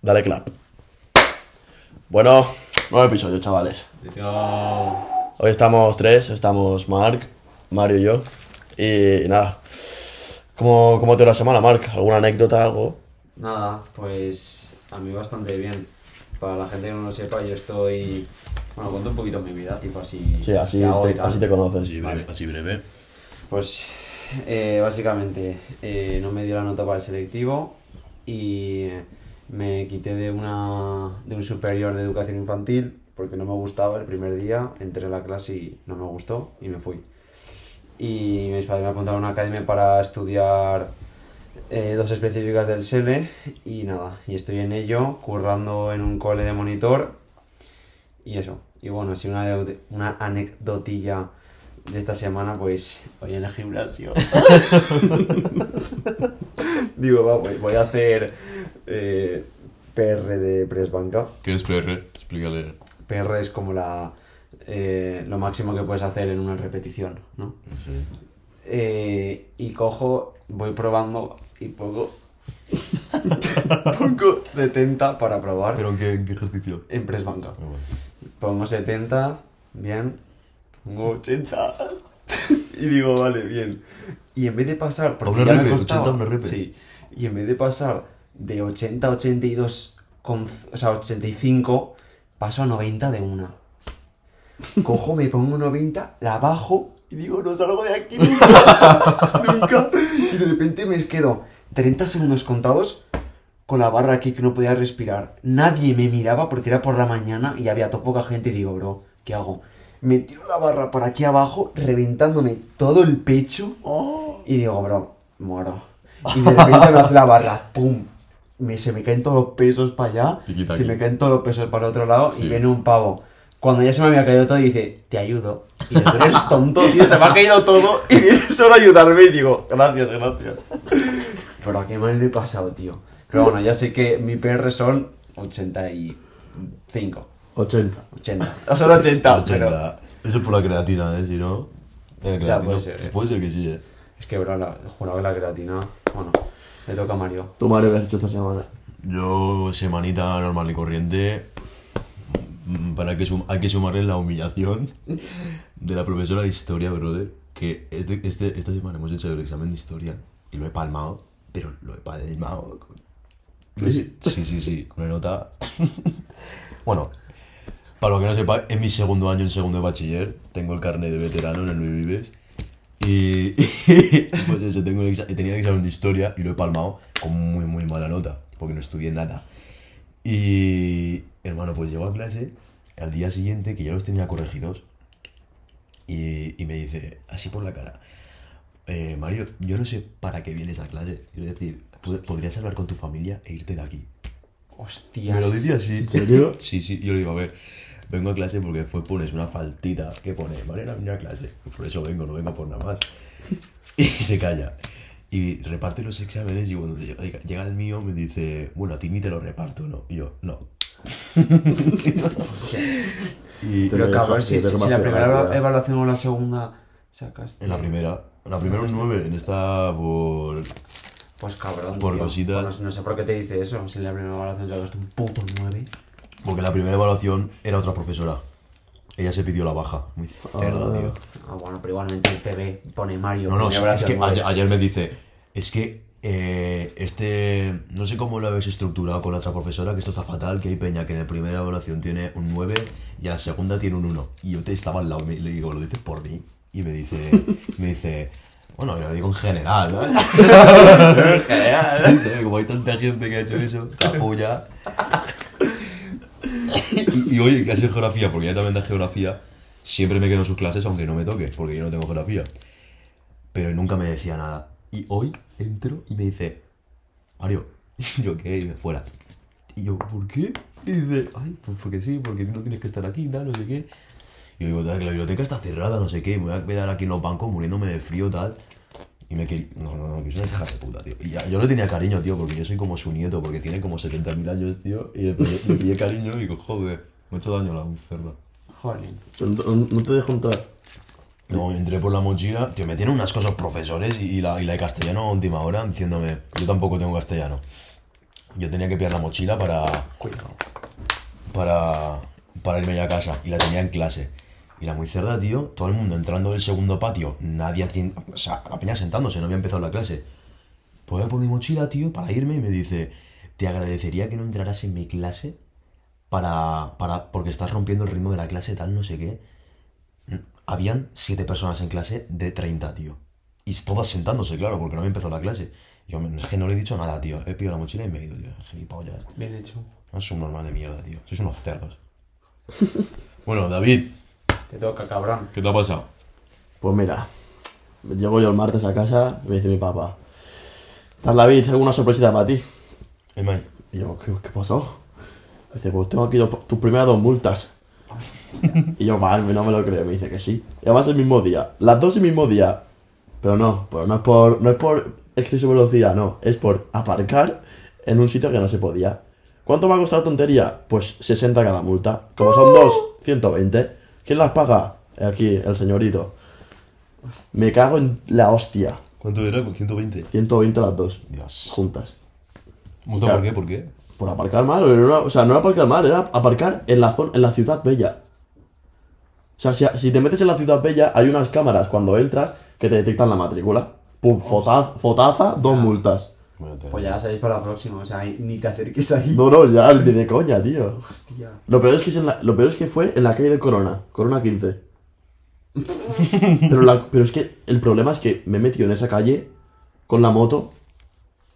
Dale clap. Bueno, nuevo episodio, chavales. Hoy estamos tres, estamos Marc, Mario y yo. Y nada, ¿cómo, cómo te va la semana, Marc? ¿Alguna anécdota, algo? Nada, pues a mí bastante bien. Para la gente que no lo sepa, yo estoy. Bueno, cuento un poquito mi vida, tipo así. Sí, así, qué hago y te, tal. así te conoces. Así breve, así breve. Pues eh, básicamente eh, no me dio la nota para el selectivo y me quité de una de un superior de educación infantil porque no me gustaba el primer día, entré a la clase y no me gustó y me fui. Y mis padres me apuntaron a una academia para estudiar eh, dos específicas del SELE y nada, y estoy en ello, currando en un cole de monitor y eso. Y bueno, así una, de- una anecdotilla de esta semana, pues hoy en el gimnasio. Digo, va, voy, voy a hacer eh, PR de press banca. ¿Qué es PR? Explícale. PR es como la eh, lo máximo que puedes hacer en una repetición, ¿no? Eh, y cojo, voy probando y pongo, pongo 70 para probar ¿Pero qué, en qué ejercicio? en press banca. Ah, vale. Pongo 70, bien. Pongo 80. y digo, vale, bien. Y en vez de pasar. Porque una ya me repe, costaba, 80 una repe. Sí. Y en vez de pasar de 80 a 82, con, o sea, 85, paso a 90 de una. Cojo, me pongo 90, la bajo y digo, no salgo de aquí nunca. nunca. Y de repente me quedo 30 segundos contados con la barra aquí que no podía respirar. Nadie me miraba porque era por la mañana y había to poca gente y digo, bro, ¿qué hago? Me tiro la barra para aquí abajo, reventándome todo el pecho y digo, bro, moro. Y de repente me hace la barra, pum. Me, se me caen todos los pesos para allá, Tiquitaqui. se me caen todos los pesos para el otro lado y Sí. viene un pavo. Cuando ya se me había caído todo, dice, te ayudo. Y yo, "Tú eres tonto, tío, se me ha caído todo y viene solo a ayudarme y digo, gracias, gracias. Pero a qué mal me he pasado, tío. Pero bueno, ya sé que mi PR son 85. 80. 80. No son 80, 80. pero... Eso es por la creatina, ¿eh? Si no... La creatina. puede ser, ¿eh? Puede ser que sí, ¿eh? Es que, bro, la, juraba que la creatina... Bueno, le toca a Mario. ¿Tú, Mario, qué has hecho esta semana? Yo, semanita normal y corriente... mm, Para que sum- hay que sumarle la humillación de la profesora de historia, brother. Que este, este- esta semana hemos hecho el examen de historia y lo he palmado, pero lo he palmado. con- Sí. Ah, sí, sí, sí, con una nota. bueno, para lo que no sepa, en mi segundo año, en segundo de bachiller, tengo el carnet de veterano en el Luis Vives. Y. pues eso, tengo el exa- tenía el examen de historia y lo he palmado con muy, muy mala nota, porque no estudié nada. Y. Hermano, pues llego a clase al día siguiente, que ya los tenía corregidos, y, y me dice, así por la cara, "Eh, Mario, yo no sé para qué vienes a clase. Es decir, pod- podrías hablar con tu familia e irte de aquí. Hostias. Me lo dice así. ¿En serio? Sí, sí. Yo le digo, a ver, vengo a clase porque fue pones una faltita que pone, vale, no venir a clase. Por eso vengo, no vengo por nada más. Y se calla. Y reparte los exámenes y cuando llega, llega el mío me dice, bueno, a ti ni te lo reparto, ¿no? Y yo, no. y Te Pero lo cabrón, dejas, si, te si- lo si la dejas primera hacer, evaluación o la segunda sacas... en la primera, en la primera un 9, en esta por... Pues cabrón, Por tío. cositas. Bueno, no sé por qué te dice eso. Si en la primera evaluación sacaste un puto 9. Porque la primera evaluación era otra profesora. Ella se pidió la baja. Muy cerda, tío. Ah, bueno, pero igualmente el TV pone Mario. No, no, pone es, gracias, que Mario. ayer, ayer me dice, es que eh, este, no sé cómo lo habéis estructurado con la otra profesora, que esto está fatal, que hay peña que en la primera evaluación tiene un 9 y en la segunda tiene un 1. Y yo te estaba al lado, me- le digo, lo dices por mí. Y me dice, me dice, bueno, yo lo digo en general, ¿no? en general, Como hay tanta gente que ha hecho eso, capulla. Y, y oye, que ha sido geografía, porque ella también da geografía, siempre me quedo en sus clases aunque no me toque, porque yo no tengo geografía pero nunca me decía nada. Y hoy entro y me dice, Mario, y yo qué, y me fuera. Y yo, ¿por qué? Y dice, ay, pues porque sí, porque no tienes que estar aquí, tal, no sé qué. Y yo digo, tal, que la biblioteca está cerrada, no sé qué, me voy a quedar aquí en los bancos muriéndome de frío, tal. Y me quería... No, no, no, que es una hija de puta, tío. Y ya, yo le tenía cariño, tío, porque yo soy como su nieto, porque tiene como 70.000 años, tío. Y le pillé, le pillé cariño y digo, joder, me ha hecho daño la cerda. Jolín. No, no te dejo entrar. No, entré por la mochila, que me tienen unas cosas profesores y y la, y la de castellano a última hora diciéndome, yo tampoco tengo castellano. yo tenía que pillar la mochila para, Cuidado. para, para irme ya a casa y la tenía en clase. Y la muy cerda, tío, todo el mundo entrando del segundo patio, nadie haciendo. O sea, la peña sentándose, no había empezado la clase. Pues voy por mi mochila, tío, para irme y me dice: Te agradecería que no entraras en mi clase para, para, porque estás rompiendo el ritmo de la clase, tal, no sé qué. Habían siete personas en clase de 30, tío. Y todas sentándose, claro, porque no había empezado la clase. Yo es que no le he dicho nada, tío. He pillado la mochila y me he ido, tío. Gilipollas. Bien hecho. Es un normal de mierda, tío. Sois unos cerdos. bueno, David, Te toca, cabrón. ¿qué te ha pasado? Pues mira, llego yo el martes a casa y me dice mi papá, tal David, tengo una sorpresita para ti. Emay. Y yo, ¿qué, qué pasó? Me dice, pues tengo aquí dos- tus primeras dos multas. y yo, vale, no me lo creo. Me dice que sí. Y además el mismo día. Las dos el mismo día. Pero no, pero no es por, no es por exceso de velocidad, no. Es por aparcar en un sitio que no se podía. ¿Cuánto va a costar la tontería? Pues 60 cada multa. Como son dos, 120. ¿Quién las paga? Aquí, el señorito. Me cago en la hostia. ¿Cuánto era? Pues ¿Con 120? 120 las dos. Dios. Juntas. ¿Multa Claro. por qué? ¿Por qué? Por aparcar mal, era una- o sea, no era aparcar mal, era aparcar en la, zona, en la ciudad bella. O sea, si, si te metes en la ciudad bella, hay unas cámaras cuando entras que te detectan la matrícula. Pum, fotaz- fotaza, dos multas. Bueno, te- Pues ya sabéis para la próxima, o sea, ahí- ni te acerques ahí. No, no, ya, ni de coña, tío. Hostia. Lo peor es que, es en la- lo peor es que fue en la calle de Corona, Corona 15. Pero, la- pero es que el problema es que me he metido en esa calle con la moto,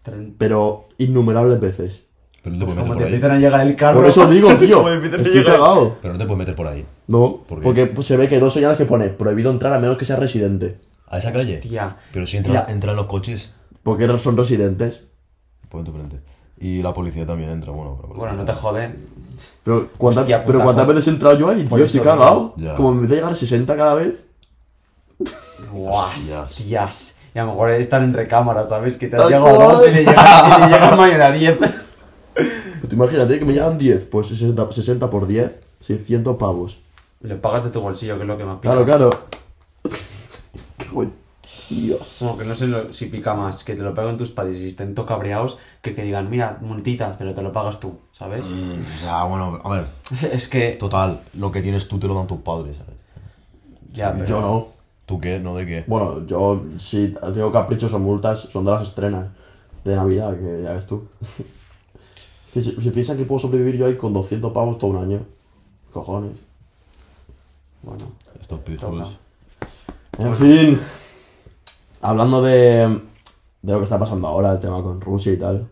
Tren- pero innumerables veces. Pero no te Pues puedes meter Como por te ahí. empiezan a llegar el carro. Por eso digo, tío, Como empiezan a estoy llegar- cagado. Pero no te puedes meter por ahí. No, ¿Por qué? porque pues, se ve que hay dos señales que pone prohibido entrar a menos que sea residente. ¿A esa calle? Hostia. Pero si entra- La- entran los coches, Porque no son residentes. por tu frente. Y la policía también entra, bueno. la policía- Bueno, no te joden. Pero ¿cuántas, Hostia, puta, pero ¿cuántas por- veces he entrado yo ahí? por Tío, estoy eso, cagado. tío. Ya. Como me empieza a llegar a 60 cada vez. Hostias. Hostias. Y a lo mejor están en recámara, ¿sabes? Que te has Tal llegado cual. dos y le llegan, y le llegan mañana 10. Pero tú imagínate que me llegan 10. Pues 60, 60 por 10, 600 pavos. Lo pagas de tu bolsillo, que es lo que más pica. Claro, claro. Cago en Dios. Como que no sé lo- si pica más, que te lo paguen tus padres y estén todo cabreados, que, que digan, mira, multitas, pero te lo pagas tú, ¿sabes? Mm, O sea, bueno, a ver. Es que. Total, lo que tienes tú te lo dan tus padres, ¿sabes? Ya, pero. Yo no. ¿Tú qué? ¿No de qué? Bueno, yo si tengo caprichos o multas, son de las estrenas de Navidad, que ya ves tú. Es que si, si piensan que puedo sobrevivir yo ahí con 200 pavos todo un año. Cojones. Bueno. Estos pijos. En fin, hablando de, de lo que está pasando ahora, el tema con Rusia y tal,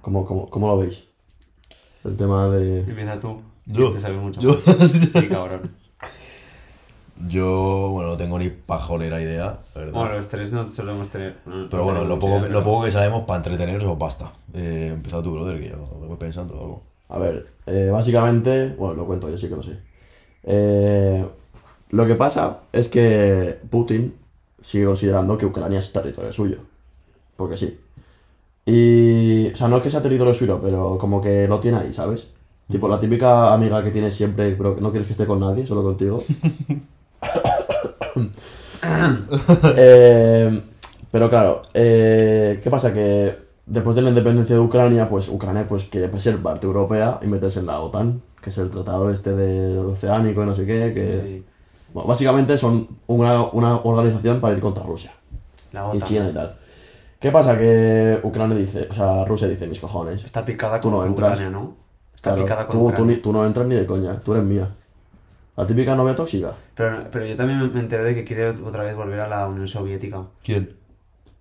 ¿cómo, cómo, cómo lo veis? El tema de... Empieza tú. Yo. que Te sabes mucho. Yo. Sí, cabrón. Yo, bueno, no tengo ni pajolera idea, la ¿verdad? Bueno, los tres no solemos tener. no Pero bueno, tenemos lo mucha poco, idea, que, lo pero- poco que sabemos para entreteneros, basta. Eh, empieza tú, brother, que yo voy pensando algo. A ver, eh, básicamente, bueno, lo cuento yo, sí que lo sé. Eh, lo que pasa es que Putin sigue considerando que Ucrania es territorio suyo. Porque sí. Y, o sea, no es que sea territorio suyo, pero como que lo tiene ahí, ¿sabes? Tipo, la típica amiga que tienes siempre, pero que no quieres que esté con nadie, solo contigo. Eh, pero claro, eh, ¿qué pasa? Que después de la independencia de Ucrania, pues Ucrania pues quiere ser parte europea y meterse en la OTAN, que es el tratado este del oceánico y no sé qué, que... Sí. Bueno, básicamente son una, una organización para ir contra Rusia La y otra. China y tal. ¿Qué pasa? Que Ucrania dice, o sea, Rusia dice, mis cojones. Está picada Tú con no entras. Ucrania, ¿no? Está Claro, picada con tú, tú, Ucrania. ni- tú no entras ni de coña, tú eres mía. La típica novia tóxica. Pero, pero yo también me enteré de que quiere otra vez volver a la Unión Soviética. ¿Quién?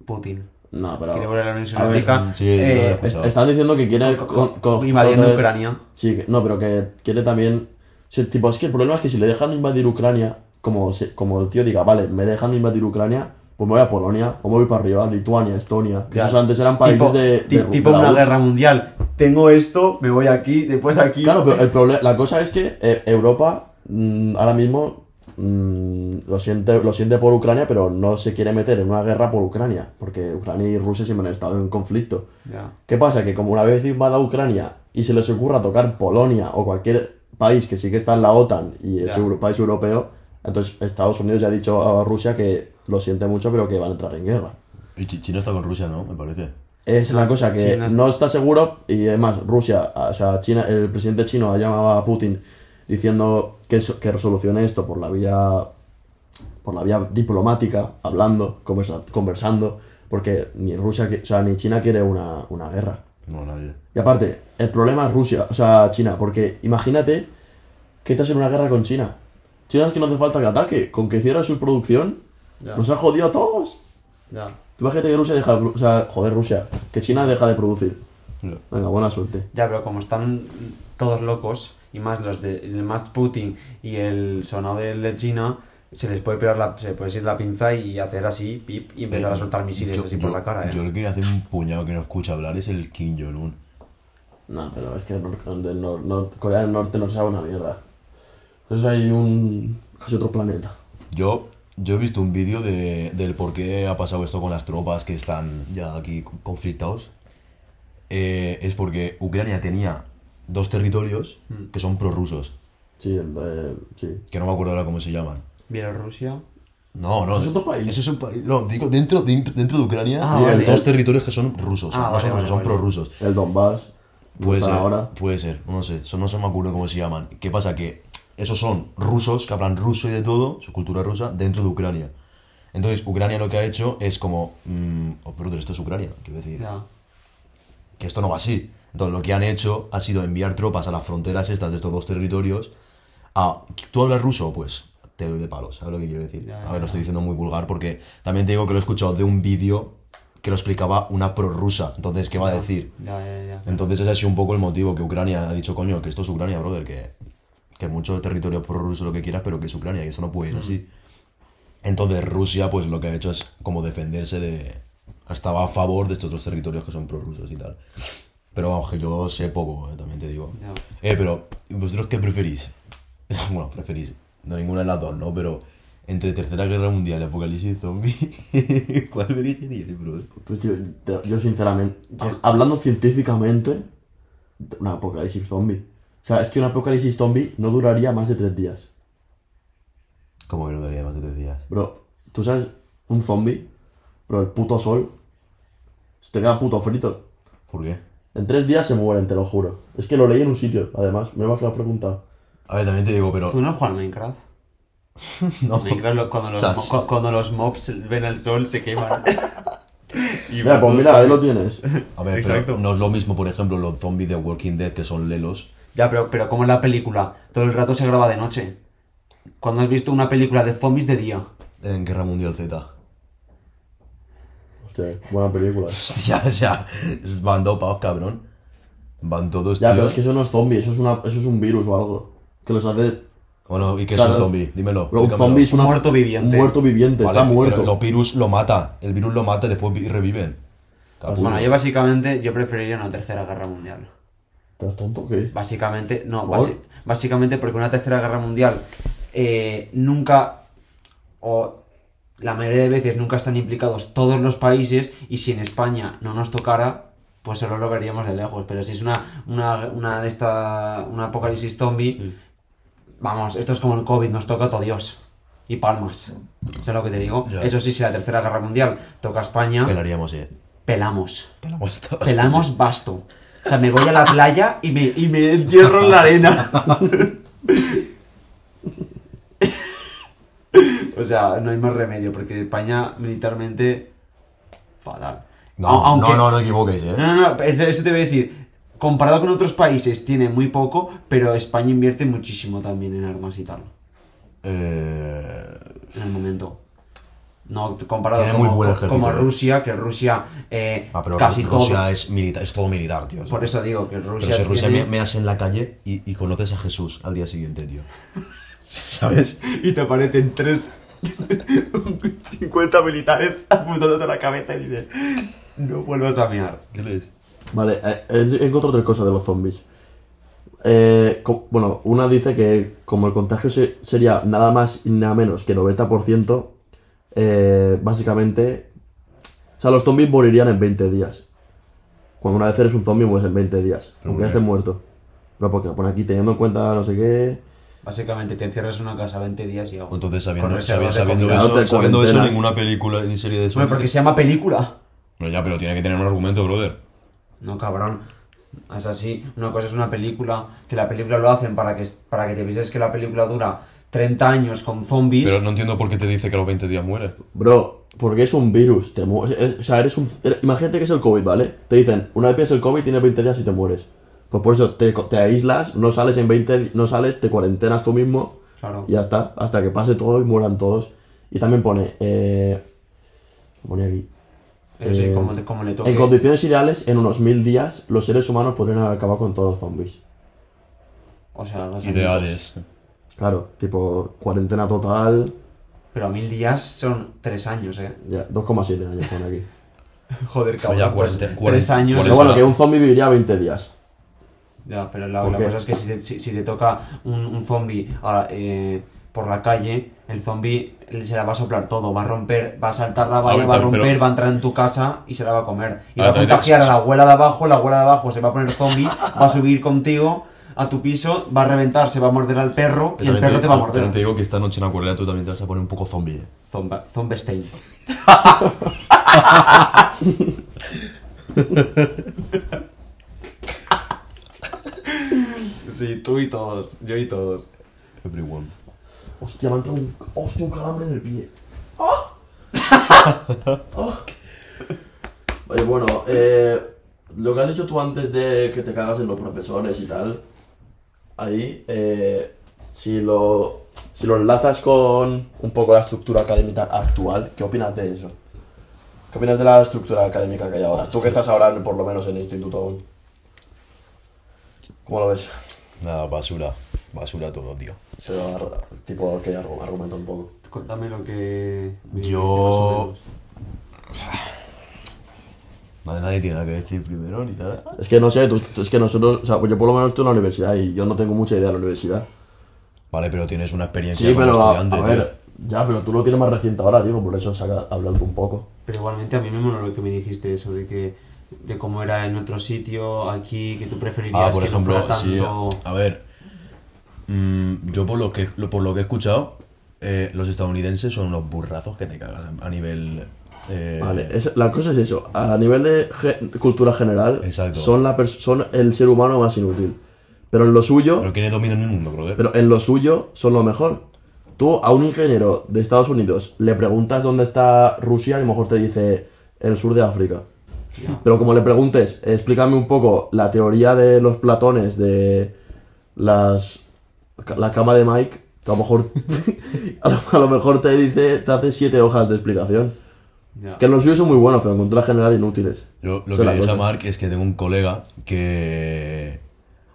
Putin. No, pero... Quiere volver a la Unión a ver, Soviética. sí, yo eh, creo que- Est- Están diciendo que quiere co- con- con- invadiendo sobre- Ucrania. Sí, que- no, pero que quiere también. sí, tipo, es que el problema es que si le dejan invadir Ucrania, como, se- como el tío diga, vale, me dejan invadir Ucrania, pues me voy a Polonia, o me voy para arriba, Lituania, Estonia. Que Ya. esos antes eran países Tipo- de, ti- de- tipo de la una URSS. guerra mundial. Tengo esto, me voy aquí, después aquí. Claro, pero el problema, la cosa es que eh, Europa mm, ahora mismo mm, lo, siente, lo siente por Ucrania, pero no se quiere meter en una guerra por Ucrania, porque Ucrania y Rusia siempre han estado en conflicto. Ya. ¿Qué pasa? Que como una vez invada Ucrania y se les ocurra tocar Polonia o cualquier país que sí que está en la OTAN y es Ya. euro- país europeo, entonces Estados Unidos ya ha dicho a Rusia que lo siente mucho pero que van a entrar en guerra. Y Chi- China está con Rusia, ¿no? Me parece. Es la cosa que China- no está seguro y además Rusia, o sea, China, el presidente chino ha llamado a Putin diciendo que, so- que resolucione esto por la vía por la vía diplomática, hablando, conversa- conversando, porque ni Rusia, qui- o sea, ni China quiere una, una guerra. No, nadie. Y aparte, el problema es Rusia, o sea, China, porque imagínate que estás en una guerra con China. China es que no hace falta que ataque, con que cierre su producción, Ya. nos ha jodido a todos. Ya. Tú Imagínate que Rusia deja, de produ- o sea, joder Rusia, que China deja de producir. No. Venga, buena suerte. Ya, pero como están todos locos, y más los de el más Putin y el sonado del de China, se les puede pegar la, se les puede ir la pinza y hacer así, pip, y empezar Eh, a soltar misiles Yo- así por yo- la cara, eh. Yo el que hace un puñado que no escucha hablar es el Kim Jong-un. No, pero es que Nor- del Nor- Nor- Corea del Norte no sabe una mierda. Entonces hay un. casi otro planeta. Yo, yo he visto un vídeo de, del por qué ha pasado esto con las tropas que están ya aquí co- conflictados. Eh, es porque Ucrania tenía dos territorios que son prorrusos, Sí, el de- sí. que no me acuerdo ahora cómo se llaman. Bielorrusia. No, no. Eso es otro país. Eso es un país. No, digo, dentro, dentro, dentro de Ucrania Ah, hay vale. dos territorios que son rusos. Ah, no vale, son rusos, vale, son vale. prorrusos. El Donbass. Puede están ser, ahora. puede ser, no sé, eso no se me ocurre cómo se llaman. ¿Qué pasa? Que esos son rusos, que hablan ruso y de todo, su cultura rusa, dentro de Ucrania. Entonces, Ucrania lo que ha hecho es como, mm, oh, pero esto es Ucrania, quiero decir, Ya. que esto no va así. Entonces, lo que han hecho ha sido enviar tropas a las fronteras estas de estos dos territorios a, ¿tú hablas ruso? Pues te doy de palos, ¿sabes lo que quiero decir? Ya, A ya, ver, lo estoy diciendo muy vulgar porque también te digo que lo he escuchado de un vídeo que lo explicaba una prorrusa. Entonces, ¿qué va a decir? Ya, ya, Eh. ya. Entonces ese ha sido un poco el motivo que Ucrania ha dicho, coño, que esto es Ucrania, brother, que, que mucho territorio prorruso lo que quieras, pero que es Ucrania, que esto no puede ir así. Entonces Rusia, pues lo que ha hecho es como defenderse de... Estaba a favor de estos dos territorios que son prorrusos y tal. Pero vamos, que yo sé poco, eh, también te digo. Ya. Eh, pero, ¿vosotros qué preferís? bueno, preferís, no ninguna de las dos, ¿no? Pero entre Tercera Guerra Mundial y Apocalipsis Zombie, ¿cuál elegiríais, brother? Pues tío, te- yo sinceramente, hab- hablando científicamente, un apocalipsis zombie. O sea, es que un apocalipsis zombie no duraría más de tres días. Como que no daría más de tres días. Bro, tú sabes, un zombie, pero el puto sol, se te queda puto frito. ¿Por qué? En tres días se mueren, te lo juro. Es que lo leí en un sitio, además, me lo has preguntado. A ver, también te digo, pero ¿Tú no juegas al Minecraft? No. Minecraft, lo- cuando los, O sea, mo- sí. cu- cuando los mobs ven el sol, se queman. Y Mira, pues vosotros- mira, ahí lo tienes. A ver, Exacto. pero no es lo mismo, por ejemplo, los zombies de Walking Dead que son lelos. Ya, pero, pero como en la película, todo el rato se graba de noche. Cuando has visto una película de zombies de día. En Guerra Mundial Z. Hostia, buena película. Hostia, o sea, van dos paos, cabrón. Van todos, Ya, tío. pero es que eso no es zombie, eso es, una, eso es un virus o algo. Que los hace. Bueno, ¿y qué es Claro. un zombie? Dímelo. Bro, un explícamelo. zombie es Un una- muerto viviente. Un muerto viviente, Vale, está pero muerto. Los virus lo mata. El virus lo mata y después vi- reviven. Pues Capullo. Bueno, yo básicamente, yo preferiría una tercera guerra mundial. ¿Estás tonto o qué? Básicamente, no, ¿Por? basi- básicamente porque una tercera guerra mundial eh, nunca, o la mayoría de veces nunca están implicados todos los países y si en España no nos tocara, pues solo lo veríamos de lejos. Pero si es una, una, una de esta, un apocalipsis zombie, vamos, esto es como el COVID, nos toca a todo Dios. Y palmas. ¿Sabes lo que te digo? Ya. Eso sí, si la tercera guerra mundial toca a España, Pelaríamos, eh. pelamos. Pelamos todos. Pelamos basto. O sea, me voy a la playa y me, y me entierro en la arena. o sea, no hay más remedio, porque España militarmente. fatal. Ah, No, Au- aunque- no, no, no equivoquéis, eh. No, no, no, eso, eso te voy a decir. Comparado con otros países, tiene muy poco, pero España invierte muchísimo también en armas y tal. Eh, en el momento. No, comparado Tiene como, muy buen ejército, como eh. Rusia, que Rusia eh, Ah, pero casi Rusia todo. es militar, es todo militar, tío. Por eso digo que Rusia. Pero si Rusia tiene- me, me hace en la calle y, y conoces a Jesús al día siguiente, tío. ¿Sabes? y te aparecen tres 50 militares apuntándote a la cabeza y dices, no vuelvas a mirar. ¿Qué lees? Vale, eh, he encontrado tres cosas de los zombies. Eh, co- bueno, una dice que como el contagio se- sería nada más y nada menos que 90%, eh, básicamente... O sea, los zombies morirían en 20 días. Cuando una vez eres un zombie, mueres en 20 días. Pero aunque ya bueno. estés muerto. Pero porque lo pone aquí teniendo en cuenta no sé qué... Básicamente te encierras en una casa 20 días y hago. Entonces, Con sabiendo, reservas sabi- de sabiendo comida. Claro, eso, te sabiendo eso, cuarentenas. ninguna película ni serie de eso. Bueno, porque se llama película. Bueno, ya, pero tiene que tener un argumento, brother. No, cabrón. Es así. Una cosa es una película, que la película lo hacen para que, para que te pienses que la película dura 30 años con zombies. Pero no entiendo por qué te dice que a los 20 días muere. Bro, porque es un virus. Te mu- eh, o sea, eres un. eh, Imagínate que es el COVID, ¿vale? Te dicen, una vez pillas el COVID, tienes 20 días y te mueres. Pues por eso te, co- te aíslas, no sales en 20, di- no sales, te cuarentenas tú mismo Claro. y ya está, hasta que pase todo y mueran todos. Y también pone, eh, lo ponía aquí. Eso sí, Eh, como, te- como le toque. En condiciones ideales, en unos mil días, los seres humanos podrían acabar con todos los zombies. O sea, los Ideales. Claro, tipo, cuarentena total, Pero a mil días son tres años, eh. ya, 2,7 años pone aquí. Joder, cabrón. ya, pues, 40, tres 40, años. Por Pero eso bueno, la- que un zombie viviría 20 días. Ya, pero la, ¿Por la qué? cosa es que si te, si, si te toca un, un zombie a- eh, por la calle, el zombie se la va a soplar todo, va a romper, va a saltar la valla, ver, va a tam- romper, pero- va a entrar en tu casa y se la va a comer. Y A va a ver, también contagiar a tienes- la abuela de abajo, la abuela de abajo se va a poner zombie, va a subir contigo a tu piso, va a reventar, se va a morder al perro y pues, el perro te va a También te morder. digo que esta noche en Acuarela tú también te vas a poner un poco zombie. eh. Zomba, zombestein. Sí, tú y todos, yo y todos. Everyone. Hostia, me ha entrado un, hostia, un calambre en el pie. ¡Ah! Oye, bueno, eh, lo que has dicho tú antes de que te cagas en los profesores y tal, ahí, eh, si, lo, si lo enlazas con un poco la estructura académica actual, ¿qué opinas de eso? ¿Qué opinas de la estructura académica que hay ahora? Tú que estás ahora, en- por lo menos, en el instituto aún. ¿Cómo lo ves? Nada, basura. Basura todo, tío. O sea, ar- tipo, que argu- argumenta un poco. Cuéntame lo que. Yo- Nadie, nadie tiene nada que decir primero ni nada. Es que no sé, tú- tú- es que nosotros, o sea, pues yo por lo menos estoy en la universidad y yo no tengo mucha idea de la universidad. Vale, pero tienes una experiencia Sí, como pero a, estudiante, a tío. ver, ya, pero tú lo tienes más reciente ahora, digo, por eso saca hablarte un poco. Pero igualmente a mí me moló lo que me dijiste, eso de que. de cómo era en otro sitio, aquí, que tú preferirías Ah, por que ejemplo, no fuera sí. tanto. A ver, mm, yo por lo que lo- por lo que he escuchado, eh, los estadounidenses son unos burrazos que te cagas a nivel. eh, Vale, es- la cosa es eso, a nivel de ge- cultura general, Exacto. son la pers- son el ser humano más inútil. Pero en lo suyo, Pero quienes dominan el mundo, brother. pero en lo suyo son lo mejor. Tú a un ingeniero de Estados Unidos le preguntas dónde está Rusia y a lo mejor te dice el sur de África. Ya. Pero como le preguntes, explícame un poco la teoría de los platones de las la cama de Mike, que a lo mejor a lo, a lo mejor te dice, te hace siete hojas de explicación. Ya. Que los suyos son muy buenos, pero en cultura general inútiles. Yo Esa lo que es la le dije a cosa. Mark es que tengo un colega que.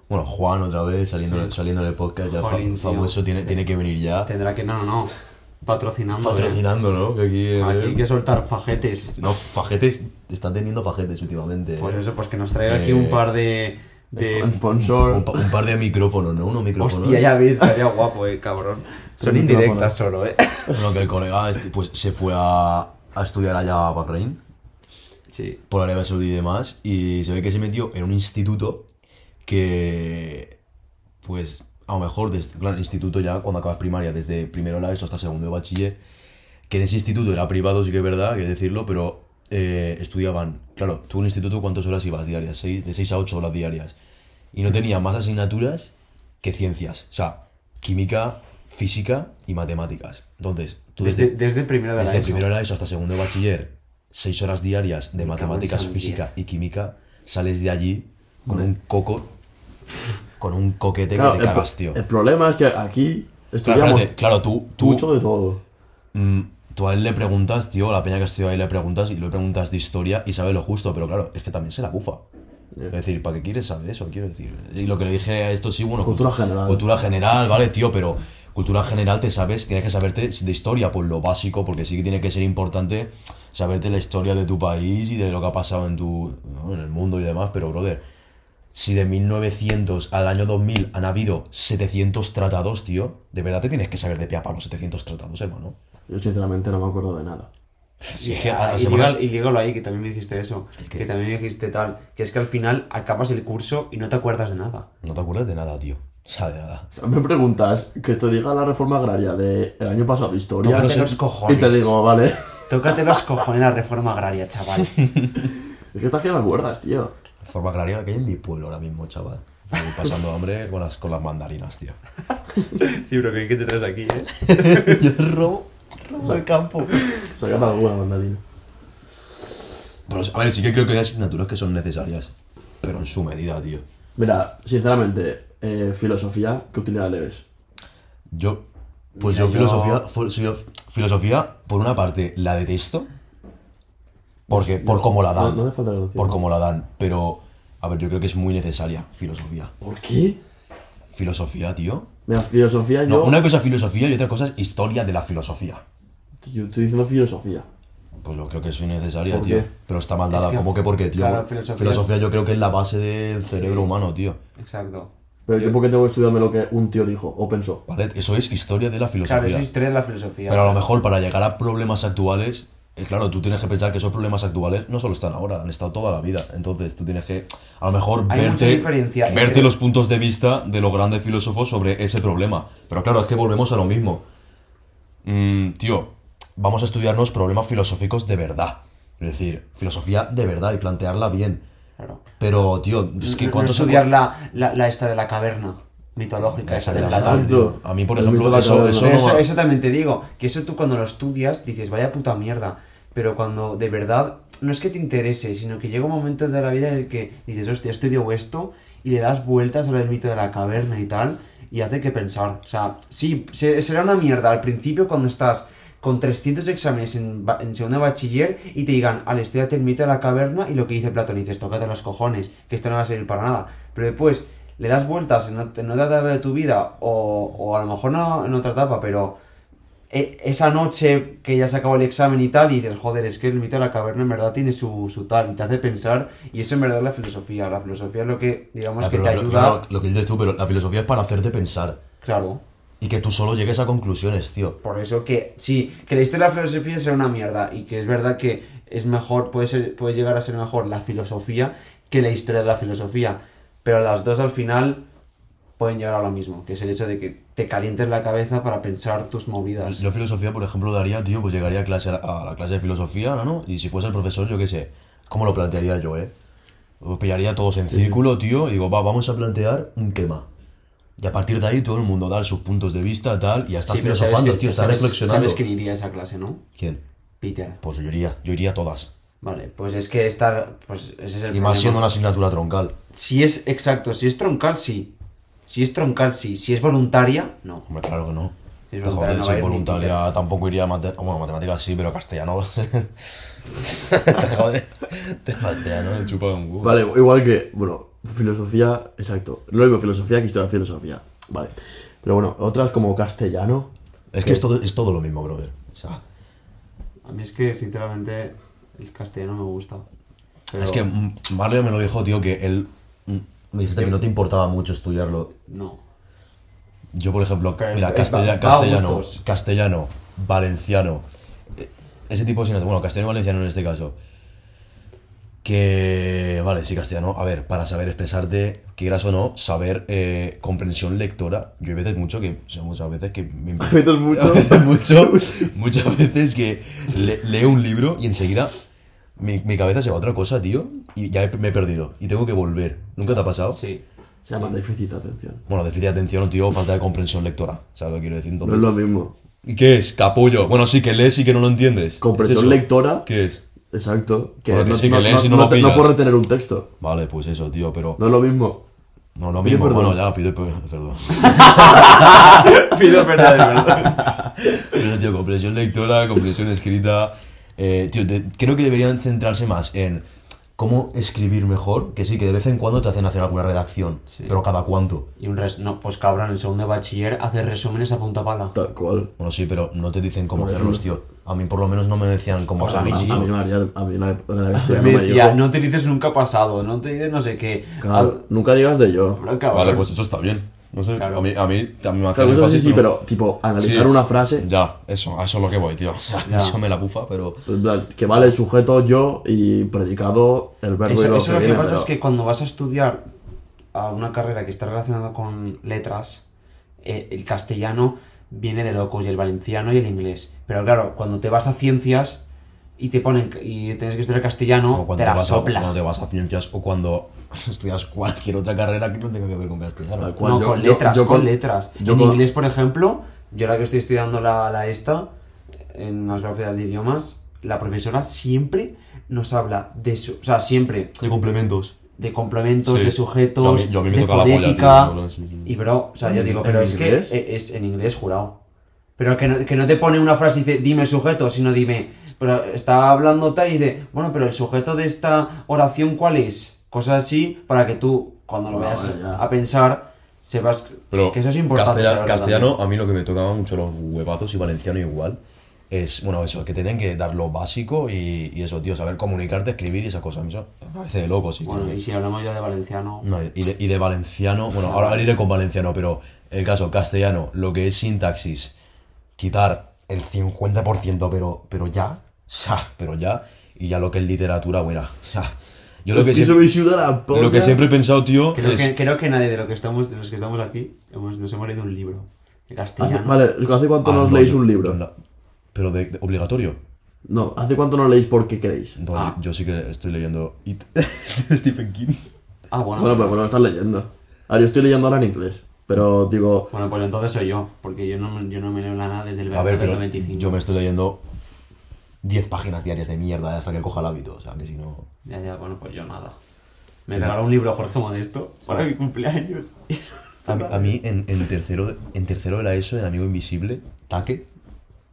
Bueno, Juan otra vez, saliendo, saliendo en el podcast, ya fa- Jolín, tío. famoso, tiene, tiene que venir ya Tendrá que. No, no, no. Patrocinando. ¿eh? patrocinando, ¿no? Que aquí. eh, Aquí hay que soltar fajetes. No, fajetes, están teniendo fajetes últimamente. eh. Pues eso, pues que nos traiga Eh, aquí un par de. Un de. sponsor. un, pa- un par de micrófonos, ¿no? Unos micrófonos. Hostia, ya ves, estaría guapo, eh, cabrón. Son micrófonos. indirectas solo, eh. Bueno, que el colega este, pues, se fue a, a estudiar allá a Bahrein, Sí. por Arabia Saudí y demás, y se ve que se metió en un instituto que, pues, a lo mejor, desde, claro, instituto ya cuando acabas primaria, desde primero de la ESO hasta segundo de bachiller, que en ese instituto era privado, sí que es verdad, hay que decirlo, pero eh, estudiaban, claro, tú en un instituto cuántas horas ibas diarias, Seis- de 6 a 8 horas diarias, y no tenía más asignaturas que ciencias, o sea, química, física y matemáticas. Entonces, tú Desde, desde primero de la desde ESO. primero era eso hasta segundo de bachiller, seis horas diarias Me cago de en matemáticas, San física y química, sales de allí con un coco, con un coquete Claro, que el, eh, te pro- cagas, tío. el problema es que aquí Claro, estudiamos espérate, claro, tú, tú, mucho de todo. mm, tú a él le preguntas, tío, a la peña que estudia ahí le preguntas y le preguntas de historia y sabe lo justo, pero claro, es que también se la bufa. Es decir, ¿para qué quieres saber eso? Quiero decir. Y lo que le dije a esto, sí, bueno. Cultura cultu- general. Cultura general, vale, tío, pero cultura general te sabes, tienes que saberte de historia, pues lo básico, porque sí que tiene que ser importante saberte la historia de tu país y de lo que ha pasado en tu. ¿no? en el mundo y demás, pero brother, si de 1900 al año 2000 han habido 700 tratados, tío, de verdad te tienes que saber de pie a palo 700 tratados, hermano. Yo sinceramente no me acuerdo de nada. Si es que a y, la semana- llega- y llegalo ahí, que también me dijiste eso. qué? Que también me dijiste tal. Que es que al final acabas el curso y no te acuerdas de nada. No te acuerdas de nada, tío. O sea, de nada. O sea, me preguntas que te diga la reforma agraria del año pasado de historia Tócate no sé, los cojones. y te digo, vale. Tócate los cojones la reforma agraria, chaval. Es que estás haciendo cuerdas, tío. Forma agraria que hay en mi pueblo ahora mismo, chaval. Estoy pasando hambre con las, con las mandarinas, tío. Sí, pero que te traes aquí, ¿eh? Yo robo, robo el campo. Sacando alguna mandarina. Pero, a ver, sí que creo que hay asignaturas que son necesarias, pero en su medida, tío. Mira, sinceramente, eh, filosofía, ¿qué utilidad le ves? Yo, pues Mira, yo, yo- filosofía, fo- sí, yo- filosofía, por una parte, la detesto, porque por cómo la dan, No- no hace falta que lo por entienda. cómo la dan, pero, a ver, yo creo que es muy necesaria filosofía. ¿Por qué? Filosofía, tío. Mira, filosofía No, yo... una cosa es filosofía y otra cosa es historia de la filosofía. Yo estoy diciendo filosofía. Pues yo creo que es innecesaria, ¿Por tío. qué? Pero está mal dada. Es que- ¿Cómo que por qué, tío? claro, filosofía... filosofía- yo creo que es la base del cerebro humano, tío. Exacto. Pero yo porque tengo que estudiarme lo que un tío dijo o pensó. ¿Vale? Eso es historia de la filosofía. Claro, eso es historia de la filosofía. Pero a lo mejor para llegar a problemas actuales, eh, claro, tú tienes que pensar que esos problemas actuales no solo están ahora, han estado toda la vida. Entonces tú tienes que, a lo mejor, Hay mucha verte, diferencia entre- verte los puntos de vista de los grandes filósofos sobre ese problema. Pero claro, es que volvemos a lo mismo. Mm, tío, vamos a estudiarnos problemas filosóficos de verdad. Es decir, filosofía de verdad y plantearla bien. Claro. Pero, tío, es que No- no cuántos... estudiar la, la, la esta de la caverna mitológica. Esa Esa de de la la- caverna, tío. A mí, por El ejemplo, mito de la eso, caverna. eso, Pero no Pues eso, me- eso también te digo, que eso tú cuando lo estudias dices, vaya puta mierda. Pero cuando de verdad, no es que te interese, sino que llega un momento de la vida en el que dices, hostia, estudio esto y le das vueltas sobre el mito de la caverna y tal, y hace que pensar. O sea, sí, se- será una mierda al principio cuando estás con 300 exámenes en, ba- en segundo de bachiller y te digan, al estudiate el mito de la caverna y lo que dice Platón, y dices, tócate los cojones, que esto no va a servir para nada. Pero después le das vueltas en ot- en otra etapa de tu vida, o, o a lo mejor no en otra etapa, pero e- esa noche que ya se acabó el examen y tal, y dices, joder, es que el mito de la caverna en verdad tiene su, su tal, y te hace pensar, y eso en verdad es la filosofía. La filosofía es lo que, digamos, Ya, que Ah, pero te lo- ayuda. lo- lo que dices tú, pero la filosofía es para hacerte pensar. Claro. Y que tú solo llegues a conclusiones, tío. Por eso que, sí, que la historia de la filosofía será una mierda, y que es verdad que es mejor, puede, ser, puede llegar a ser mejor la filosofía que la historia de la filosofía. Pero las dos al final pueden llegar a lo mismo, que es el hecho de que te calientes la cabeza para pensar tus movidas. Yo filosofía, por ejemplo, daría, tío, pues llegaría a, clase, a, la, a la clase de filosofía, ¿no? Y si fuese el profesor, yo qué sé, ¿cómo lo plantearía yo, eh? Os pillaría todos en círculo, tío, y digo, va, vamos a plantear un tema. Y a partir de ahí todo el mundo dar sus puntos de vista, tal, y ya está Sí, pero filosofando, sabes que- tío, está sabes- reflexionando. Sabes que iría a esa clase, ¿no? ¿Quién? Peter. Pues yo iría, yo iría a todas. Vale, pues es que esta, pues ese es el Y problema. más siendo una asignatura troncal. Si es, exacto, si es troncal, sí. Si es troncal, sí. Si es voluntaria, no. Hombre, claro que no. Sí, es Joder, voluntaria, no si va a es ir ni voluntaria tampoco iría a mate- bueno, matemáticas sí, pero castellano. te jode. Te castellano le chupa un culo. Vale, igual que, bueno, filosofía, exacto. Lo mismo filosofía que historia de filosofía. Vale. Pero bueno, otras como castellano. Es que es todo, es todo lo mismo, brother. O sea, A mí es que, sinceramente, el castellano me gusta. Pero es que mm, Mario me lo dijo, tío, que él. mm, Me dijiste que no te importaba mucho estudiarlo. No. Yo, por ejemplo, Que- mira, que va- va castella- a castellano, gustos. castellano, valenciano. eh, Ese tipo de asignaturas. Bueno, castellano y valenciano en este caso. Que. Vale, sí, castellano. A ver, para saber expresarte, quieras o no, saber eh, comprensión lectora. Yo hay veces mucho que. O sea, muchas veces que. Me... Vetos mucho. mucho, muchas veces que le- leo un libro y enseguida mi, mi cabeza se va a otra cosa, tío, y ya he- me he perdido y tengo que volver. ¿Nunca te ha pasado? Sí. Se llama déficit de atención. Bueno, déficit de atención, tío, o falta de comprensión lectora. ¿Sabes lo que quiero decir? No Entonces, es lo mismo. ¿Y qué es? Capullo. Bueno, sí, que lees y que no lo entiendes. Comprensión ¿Es eso? lectora. ¿Qué es? Exacto. Que Bueno, que no, sí, que no- lees no- y no no lo te- no pillas. puedo retener un texto. Vale, pues eso, tío, pero... No es lo mismo. No, lo Pide mismo. perdón. Bueno, ya, pido per- perdón. Pido perdón, de verdad. Pero, tío, comprensión lectora, comprensión escrita. eh, tío, de- creo que deberían centrarse más en cómo escribir mejor. Que sí, que de vez en cuando te hacen hacer alguna redacción, Sí. pero cada cuánto. Y un res... No, pues cabrón, el segundo de bachiller hace resúmenes a punta pala. Tal cual. Bueno, sí, pero no te dicen cómo Por hacerlos, tío. A mí, por lo menos, no me decían cómo Pues a mí sí. hacerlos. A mí me haría- a mí en la- en la castellana Me me decía, dijo, no utilices nunca pasado, no te dices no sé qué. claro, nunca digas de yo. Al- cabrón. Vale, pues eso está bien. No sé, Claro. a mí, a mí también me hace Claro, eso sí, fácil, sí, pero tipo, analizar Sí. una frase, Ya, eso, a eso es lo que voy, tío. O sea, Ya. eso me la bufa, pero... en plan, que vale el sujeto, yo y predicado, el verbo y Eso, lo eso lo que viene, pasa pero- es que cuando vas a estudiar a una carrera que está relacionada con letras, eh, el castellano viene de locos y el valenciano y el inglés. Pero claro, cuando te vas a ciencias, y te ponen y tienes que estudiar castellano, O cuando te te, la vas a, sopla. cuando te vas a ciencias o cuando estudias cualquier otra carrera que no tenga que ver con castellano. Tal cual. No, Yo- con yo- letras, yo con, con- letras. yo en con- inglés, por ejemplo, yo la que estoy estudiando la, la esta, en las grafías de idiomas, la profesora siempre nos habla de su... O sea, siempre De complementos. de complementos, Sí. de sujetos, Yo a mí- yo a mí me de toca la polla, fonética. tío, no, no, sí, sí. Y bro, o sea, yo ¿En- digo, en pero es que inglés? es, es en inglés jurado. Pero que no, que no te pone una frase y dice, dime el sujeto, sino dime, pero está hablando tal y dice, bueno, pero el sujeto de esta oración, ¿cuál es? Cosas así, para que tú, cuando lo Bueno, veas bueno, ya. a pensar, sepas Pero que eso es importante. castella- saberlo castellano, también. a mí lo que me tocaba mucho los huevazos y valenciano igual, es, bueno, eso, que tienen que dar lo básico y, y eso, tío, saber comunicarte, escribir y esas cosas. A mí eso me parece de loco, sí. tío, Bueno, que- y si hablamos ya de valenciano, no, y, de, y de valenciano, bueno, ahora iré con valenciano, pero el caso castellano, lo que es sintaxis, quitar el 50%, pero, pero ya, sa, pero ya, y ya lo que es literatura, bueno, sa. Yo lo que, Pues Piso siempre, mi ciudad, la polla. lo que siempre he pensado, tío, creo, es... que, creo que nadie de, lo que estamos, de los que estamos aquí hemos- nos hemos leído un libro de Hace- castellano. Vale, ¿hace cuánto Ah, no os no, leéis yo- un yo libro? la- pero de- de obligatorio. No, ¿hace cuánto no leéis porque queréis? No, Ah. yo, yo sí que estoy leyendo It, de Stephen King. Ah, bueno. Bueno, pues bueno, lo estás leyendo. A ver, yo estoy leyendo ahora en inglés, pero digo, Bueno, pues entonces soy yo, porque yo no, yo no me leo nada desde el A verano ver, del pero 25. yo me estoy leyendo 10 páginas diarias de mierda hasta que coja el hábito. O sea, que si no... Ya, ya, bueno, pues yo nada. Me regaló un libro Jorge Modesto para mi cumpleaños. A mí, a mí en, en tercero, de- en tercero de la ESO, el amigo invisible, Taque,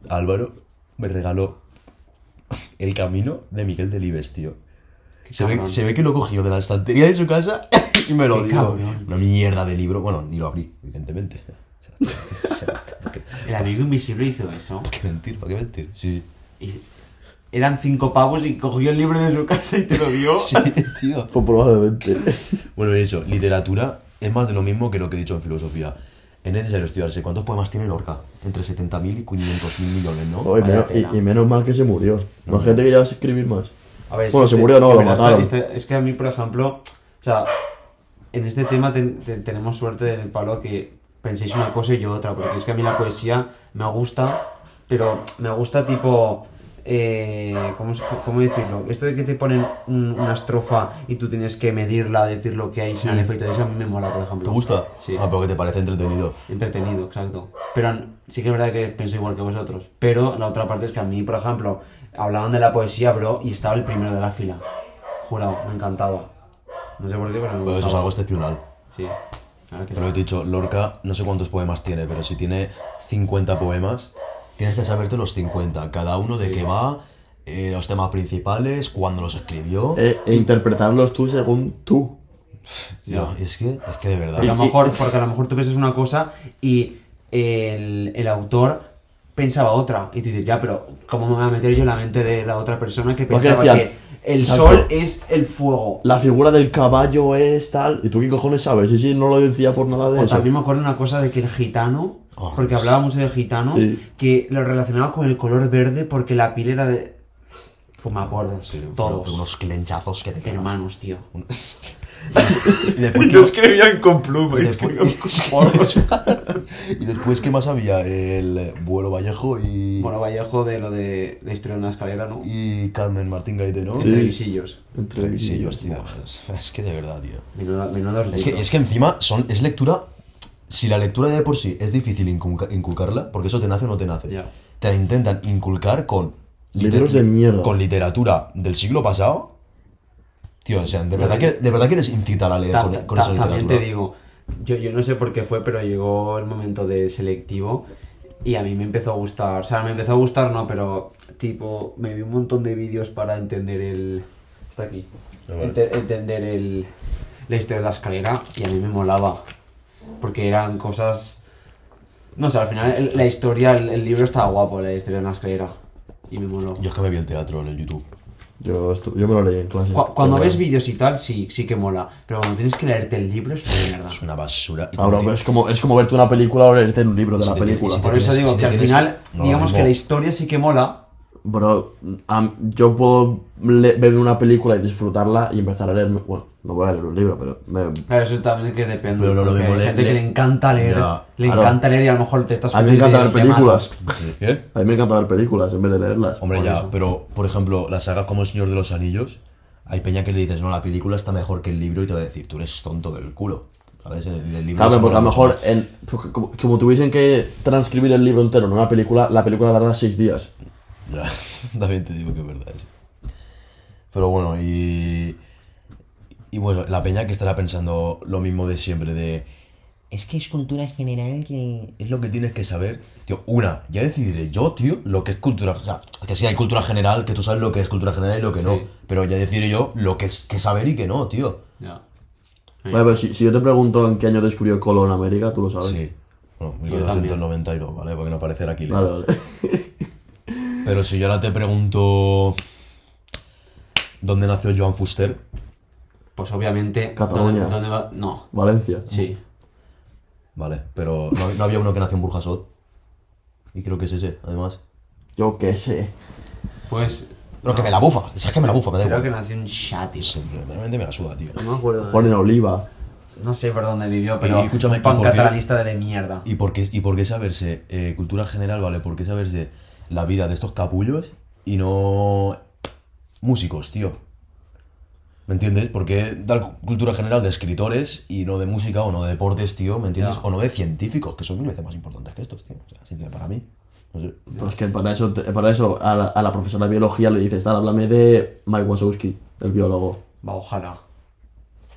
Álvaro, me regaló El camino de Miguel Delibes, tío. Se ve, cabrón. se ve que lo cogió de la estantería de su casa y me lo Qué dio. cabrón. Una mierda de libro. Bueno, ni lo abrí, evidentemente. O sea, o sea, ¿por qué- El amigo invisible hizo eso. ¿Para qué mentir? ¿Para qué mentir? Sí. Y eran cinco pavos y cogió el libro de su casa y te lo dio. Sí, tío. pues probablemente. Bueno, eso, literatura es más de lo mismo que lo que he dicho en filosofía. Es necesario estudiarse. ¿Cuántos poemas tiene Lorca? Entre 70.000 y 500.000 millones, ¿no? Joder, Vaya menos- tela. y, y menos mal que se murió. Imagínate que ya vas a escribir más. A ver, es bueno, que se este- murió, no, lo en verdad, este- mataron. este- es que a mí, por ejemplo, o sea, en este tema ten- te- tenemos suerte en el palo que penséis una cosa y yo otra, porque es que a mí la poesía me gusta, pero me gusta tipo... eh, ¿cómo, es- cómo decirlo? Esto de que te ponen un- una estrofa y tú tienes que medirla, decir lo que hay sin el efecto de eso, a mí me mola, por ejemplo. ¿Te gusta? Sí. Ah, pero que te parece entretenido. Entretenido, exacto. Pero n- sí que es verdad que pienso igual que vosotros. Pero la otra parte es que a mí, por ejemplo, hablaban de la poesía, bro, y estaba el primero de la fila. Jurado, me encantaba. No sé por qué, pero me Pero Pues eso es gustaba. algo excepcional. Sí. Claro que Pero lo sí. que te he dicho, Lorca no sé cuántos poemas tiene, pero si tiene 50 poemas, tienes que saberte los 50. Cada uno de qué va, eh, los temas principales, cuándo los escribió. E, e interpretarlos tú según tú. No, es que, es que de verdad. Porque a lo mejor, porque a lo mejor tú piensas una cosa y el, el autor pensaba otra. Y tú dices, ya, pero ¿cómo me voy a meter yo en la mente de la otra persona que Porque pensaba decían, que el exacto. sol es el fuego? La figura del caballo es tal. ¿Y tú qué cojones sabes? Y si no lo decía por nada de O eso. también me acuerdo una cosa de que el gitano, Oh, porque Dios. hablaba mucho de gitanos, Sí. que lo relacionaba con el color verde porque la piel era de. Fumaporros, Sí, pero- pero todos. Unos clenchazos que te cagas. Hermanos, tío. y después, ¿qué- escribían con plumas, Y después, y después, ¿qué más había? El vuelo Vallejo y, Bueno, Vallejo de lo de la historia de una escalera, ¿no? Y y Carmen Martín Gaitero. Sí. Trevisillos. Entre Sí, hostia, es, es que de verdad, tío. Menuda- menudos Es que, libros. es que encima son, es lectura. Si la lectura de por sí es difícil inculca- inculcarla, porque eso te nace o no te nace, Ya. te la intentan inculcar con, Libros de mierda. con literatura del siglo pasado. Tío, o sea, de verdad, que, de verdad quieres incitar a leer Ta- eh, con, e- ta- con esa ta- literatura. también te digo, yo, yo no sé por qué fue, pero llegó el momento de selectivo y a mí me empezó a gustar. O sea, me empezó a gustar, no, pero tipo, me vi un montón de vídeos para entender el. Está aquí. Ah, vale. Ente- entender el. La historia de la escalera y a mí me molaba. Porque eran cosas. No sé, al final el- la historia, el, el libro estaba guapo, la historia de la escalera. Y me moló. Yo es que me vi el teatro en el YouTube. Yo, estu- yo me lo leí en clase. Cu- cuando Pero ves bueno. vídeos y tal, sí, sí que mola. Pero cuando tienes que leerte el libro es una mierda. Es una basura. Y como Ahora, te- pero es como, es como verte una película o leerte un libro de Si la te- película. si te- Por eso tienes- digo si te que al tienes- final, no, digamos mismo. que la historia sí que mola. Bro, am- yo puedo le- ver una película y disfrutarla y empezar a leerme. Bueno, No voy a leer un libro, pero me, Claro, eso también que depende. Pero no lo porque mismo hay le- gente que le- le encanta leer. Ya, le claro. encanta leer y a lo mejor te estás A mí me subiendo encanta y ver te- y te películas. Sí, ¿eh? A mí me encanta ver películas en vez de leerlas. Hombre, ya, pero por ejemplo, las sagas como El Señor de los Anillos, hay peña que le dices, no, la película está mejor que el libro y te va a decir, tú eres tonto del culo. ¿Sabes? El, el libro Claro, se porque a lo mola mucho mejor, en- porque como, como tuviesen que transcribir el libro entero en una película, la película tarda seis días. más. Ya, también te digo que es verdad eso. Pero bueno, y. Y bueno, la peña que estará pensando lo mismo de siempre, de. Es que es cultura general que es lo que tienes que saber. Tío, una, ya decidiré yo, tío, lo que es cultura. O sea, que sí hay cultura general, que tú sabes lo que es cultura general y lo que no. Sí. Pero ya decidiré yo lo que es que saber y que no, tío. Ya. Vale, pero si, si yo te pregunto en qué año descubrió Colón América, tú lo sabes. Sí. Bueno, Yo también. 1492, ¿vale? Porque no pareciera Aquiles. Vale, vale. Pero si yo ahora te pregunto. ¿Dónde nació Joan Fuster? Pues obviamente. Cataluña. ¿dónde, dónde va? No. Valencia. Sí. Vale, pero no, no había uno que nació en Burjasot. Y creo que es ese, además. Yo qué sé. Pues. Pero que me la bufa, si es que me la bufa, me da Creo igual. que nació en Shati. pues. Sí, Realmente me la suda, tío. No me acuerdo. Juan en Oliva. No sé por dónde vivió, pero. Y, escúchame, ¿y un pan por qué? catalanista de mierda. ¿Y por qué, y por qué saberse eh, cultura general, vale? ¿Por qué saberse la vida de estos capullos y no músicos, tío? ¿Me entiendes? ¿Por qué dar cu- cultura general de escritores y no de música o no de deportes, tío? ¿Me entiendes? Ya. O no de científicos, que son mil veces más importantes que estos, tío. O sea, sinceramente, para mí. No sé. Pero es que para eso, te- para eso a, la, a la profesora de biología le dices, tal, háblame de Mike Wazowski, el biólogo. Va, ojalá.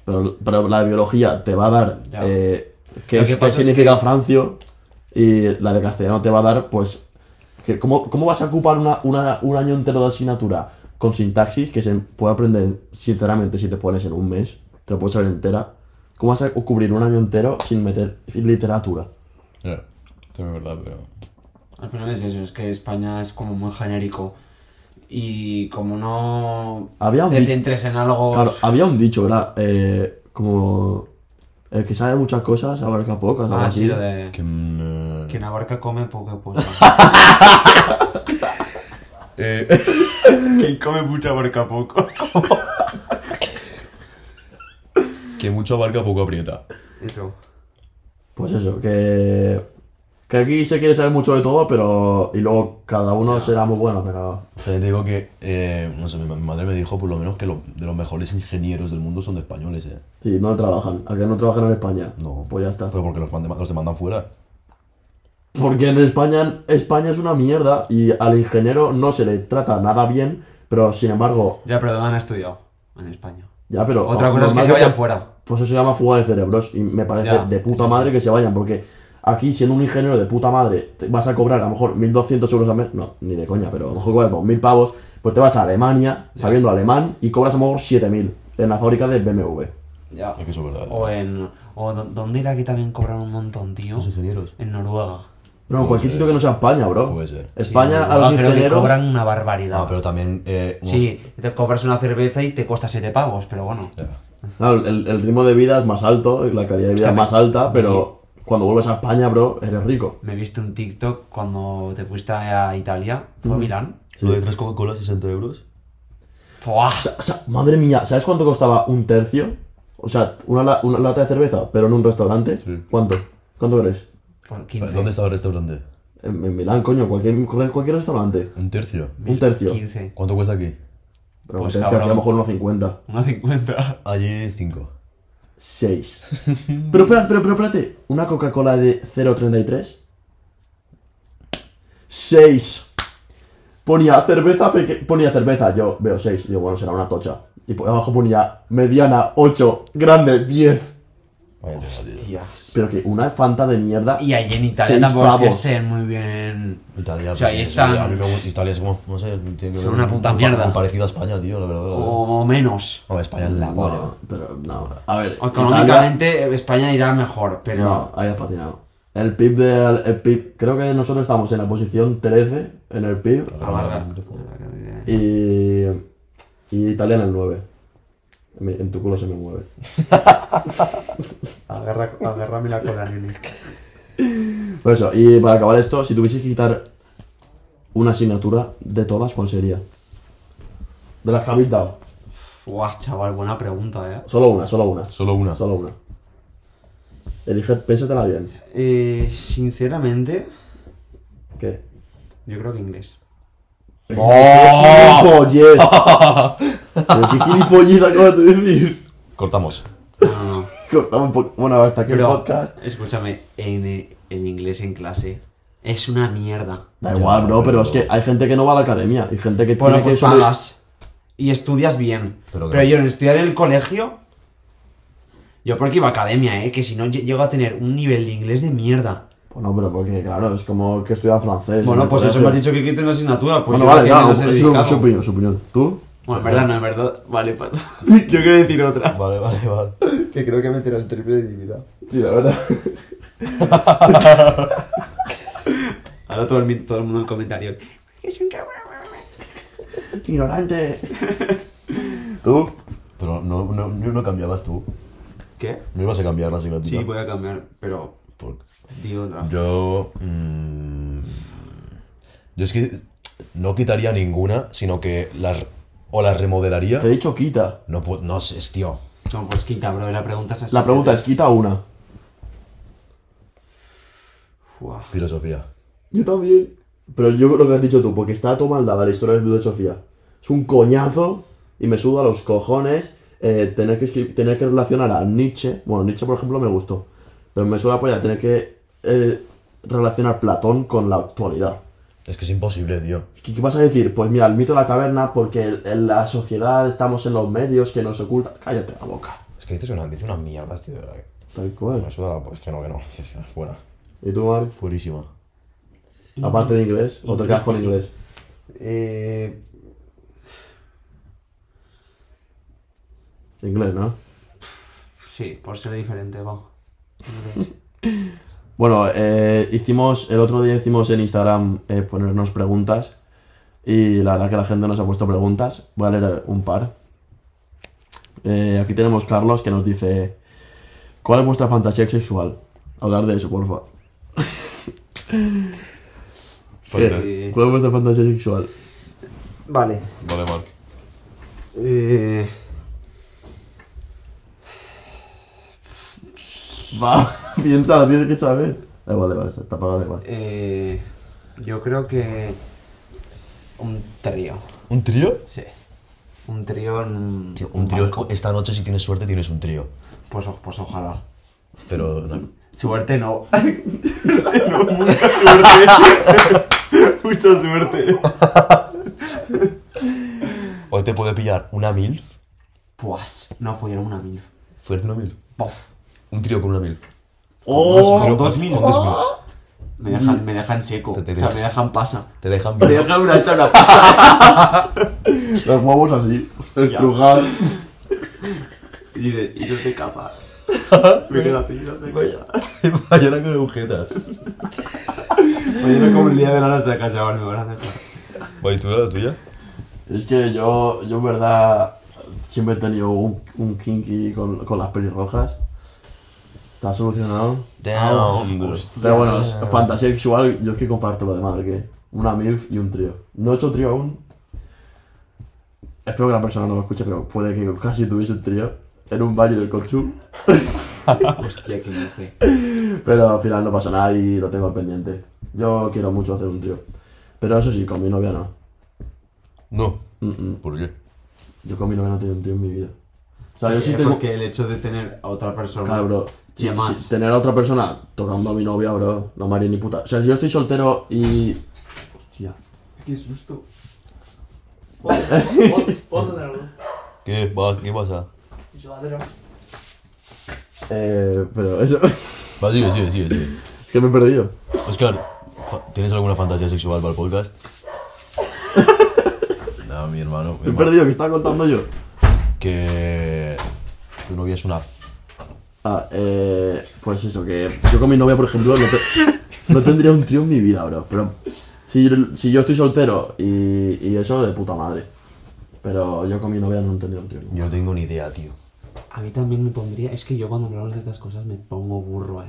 Pero, pero la de biología te va a dar Ya. eh, qué, Lo es- que qué pasa es significa francio y la de castellano te va a dar, pues, que cómo, cómo vas a ocupar una, una- un año entero de asignatura con sintaxis que se puede aprender, sinceramente, si te pones en un mes, te lo puedes saber entera. ¿Cómo vas a cubrir un año entero sin meter literatura? Claro, es verdad, pero. Al final es eso, es que España es como muy genérico. Y como no. Había un te di- centres en algo. Claro, había un dicho, era eh, como... El que sabe muchas cosas abarca pocas. algo Ah, sí, así. lo de. Que, mm, Quien abarca come pues, poca posa. eh, Quien come mucho abarca poco. que mucho abarca, poco aprieta. Eso. Pues eso, que, que aquí se quiere saber mucho de todo, pero. Y luego cada uno será muy bueno, pero. También te digo que, eh, no sé, mi ma- mi madre me dijo por lo menos que lo- de los mejores ingenieros del mundo son de españoles, ¿eh? Sí, no trabajan. ¿A que no trabajan en España? No. Pues ya está. Pero porque los, mande- los demandan fuera. Porque en España, España es una mierda y al ingeniero no se le trata nada bien, pero sin embargo. Ya, pero ¿dónde han estudiado? En España. Ya, pero. Otra cosa es que normal se vayan fuera. Pues eso se llama fuga de cerebros y me parece Ya. de puta madre que se vayan, porque aquí siendo un ingeniero de puta madre te vas a cobrar a lo mejor 1.200 euros al mes, no, ni de coña, pero a lo mejor cobras 2.000 pavos, pues te vas a Alemania sabiendo alemán y cobras a lo mejor 7.000 en la fábrica de BMW. Ya. Es que eso es verdad. O en. O do- ¿Dónde era que también cobran un montón, tío? Los ingenieros. En Noruega. Pero en cualquier sitio que no sea España, bro. Puede ser. España Sí, a en Noruega los creo que ingenieros... cobran una barbaridad. Ah, pero también... Eh, unos- Sí, te compras una cerveza y te cuesta 7 pavos, pero bueno. Ya. Claro, el, el ritmo de vida es más alto, la calidad de vida es más alta, pero cuando vuelves a España, bro, eres rico. Me viste un TikTok cuando te fuiste a Italia. ¿Fue a Milán? Lo de tres Coca-Cola, 60 euros. ¡Buah! O sea- o sea, madre mía, ¿sabes cuánto costaba un tercio? O sea, una, la- una lata de cerveza, pero en un restaurante. Sí. ¿Cuánto? ¿Cuánto crees? Por 15. ¿Dónde estaba el restaurante? En, en Milán, coño, cualquier, cualquier restaurante. Un tercio. Un tercio. 15. ¿Cuánto cuesta aquí? Pero Pues un tercio, cabrón. a lo mejor unos 50. 1,50. Allí, 5. 6. pero espérate, pero, pero espérate. Una Coca-Cola de 0,33. 6. Ponía cerveza, peque- ponía cerveza. Yo veo 6. Digo, bueno, será una tocha. Y por abajo ponía mediana 8, grande 10. Tías. Pero que una fanta de mierda. Y allí en Italia Seis tampoco es que pavos. estén muy bien. Italia, O sea, pues, ahí sí, están- sí, A mí me gusta Italia, es como, no sé, tiene que Son una puta mierda. Oh. muy parecido a España, tío, la verdad. O menos. No, España es la polla. No, pero no. ¿eh? A ver, Italia- Económicamente España irá mejor, pero. no, ahí has patinado. El PIB del. el PIB, creo que nosotros estamos en la posición 13 en el PIB Agarra. y. Y Italia en el 9. En mi- En tu culo se me mueve. Agarra, agárrame la cola, nene. Por Pues eso, y para acabar esto, si tuvieses que quitar una asignatura de todas, ¿cuál sería? De las que habéis dado. Buah, chaval, buena pregunta, ¿eh? Solo una, solo una. Solo una. Solo una. Elige, piénsatela bien. Eh, sinceramente, ¿Qué? yo creo que inglés. ¡Oh! ¡Gilipollez! Pero qué gilipollez acabas de decir. Cortamos. No, no, no. Cortamos un poco. Bueno, hasta aquí el Pero, podcast. escúchame, en, eh, en inglés en clase es una mierda. Da Ya, igual, bro, pero pero- es que hay gente que no va a la academia. Hay gente que Bueno, tiene que pues solo- pagas y estudias bien. Pero Pero, que- yo en estudiar en el colegio... Yo porque iba a academia, ¿eh? Que si no lle- llego a tener un nivel de inglés de mierda. Bueno, Pues pero porque, claro, es como que estudia francés. Bueno, ¿no? pues Puede eso me has ser. dicho que quiten la asignatura. Pues Bueno, yo vale, creo que claro, no sé es su- dedicado. su opinión, su opinión. ¿Tú? Bueno, en verdad, no, en verdad. Vale, pato. yo quiero decir otra. Vale, vale, vale. Que creo que meterá el triple de mi vida. Sí, la verdad. Ahora todo el, mi- todo el mundo en comentarios. Es un cabrón. Ignorante. ¿Tú? Pero no, no, no no cambiabas tú. ¿Qué? No ibas a cambiar la asignatura. Sí, voy a cambiar, pero Por- digo otra. Yo. mm, yo es que no quitaría ninguna, sino que las. O las remodelaría. Te he dicho quita. No, pu- no sé, es- tío. No, pues quita, bro. La pregunta es así. La pregunta es, ¿quita una? Buah. Filosofía. Yo también. Pero yo lo que has dicho tú, porque está todo mal dada la historia de filosofía. Es un coñazo y me suda los cojones eh, tener, que, escri- tener que relacionar a Nietzsche. Bueno, Nietzsche, por ejemplo, me gustó. Pero me suda apoyar tener que eh, relacionar Platón con la actualidad. Es que es imposible, tío. ¿Qué, qué vas a decir? Pues mira, el mito de la caverna, porque el- en la sociedad estamos en los medios que nos ocultan. Cállate la boca. Es que dices una, dice unas mierdas, tío. de verdad que- Tal cual. Me suda la- pues que no, que no. Es que fuera. ¿Y tú, Mario? Fuerísima. Aparte de inglés, o te quedas con inglés. Eh, Inglés, ¿no? sí, por ser diferente, va. Bueno, eh, hicimos, el otro día hicimos en Instagram eh, ponernos preguntas y la verdad que la gente nos ha puesto preguntas. Voy a leer un par. Eh, aquí tenemos Carlos que nos dice, ¿cuál es vuestra fantasía sexual? Hablar de eso, porfa. Falta- Eh, ¿Cuál es vuestra fantasía sexual? Vale. Vale, Mark. Eh, Va, piensa, tienes que saber. Da igual, da igual, está apagado, da igual. eh, yo creo que. Un trío. ¿Un trío? Sí. Un trío en. Tío, un trío. Esta noche, si tienes suerte, tienes un trío. Pues, o- pues ojalá. Pero. no. Suerte no. no mucha suerte. mucha suerte. Hoy te puede pillar una MILF. Pues, no follar una mil. Fuerte una MILF. Pof. Un trío con una MILF. ¡Oh! Pero- dos mil. con dos MILFs. Me dejan, me dejan seco. Te- te o sea, deja- me dejan pasa. Te dejan Me bien. dejan una chora Los huevos así, estrujar. Y, de, y desde casa. Me quedo así, desde casa. Mañana con agujetas. Mañana como el día de la noche a casa, ahora me van a dejar. Oye, ¿tú la tuya? Es que yo, yo en verdad siempre he tenido un, un kinky con, con las pelirrojas. Está solucionado. Ah, Damn. Pero bueno, es fantasía sexual, yo es que comparto lo demás, que una MILF y un trío. No he hecho trío aún. Espero que la persona no lo escuche, pero puede que casi tuviese un trío en un valle del Colchú. Hostia, qué dice. Pero al final no pasa nada y lo tengo pendiente. Yo quiero mucho hacer un trío. Pero eso sí, con mi novia no. No. Mm, mm. ¿Por qué? Yo con mi novia no he tenido un trío en mi vida. O sea, yo Porque, sí tengo... porque el hecho de tener a otra persona. Claro, bro. Sí, Si- más. si tener a otra persona tocando a mi novia, bro, no me haría ni puta. O sea, si yo estoy soltero y. Hostia. Qué susto. Puedo tener luz. ¿Qué, va, ¿Qué pasa? Lloradero. Eh, pero eso. Va, sigue, sigue, sigue, sigue. que me he perdido. Oscar, fa- ¿tienes alguna fantasía sexual para el podcast? no, Me mi hermano. mi he hermano. perdido, que estaba contando yo. Que tu novia es una... Ah, eh. Pues eso, que yo con mi novia, por ejemplo, no, te- no tendría un trío en mi vida, bro. Pero si, yo- si yo estoy soltero y, y eso, de puta madre. Pero yo con mi novia no tendría un trío. Yo no tengo ni idea, tío. A mí también me pondría. Es que yo cuando hablamos de estas cosas me pongo burro, eh.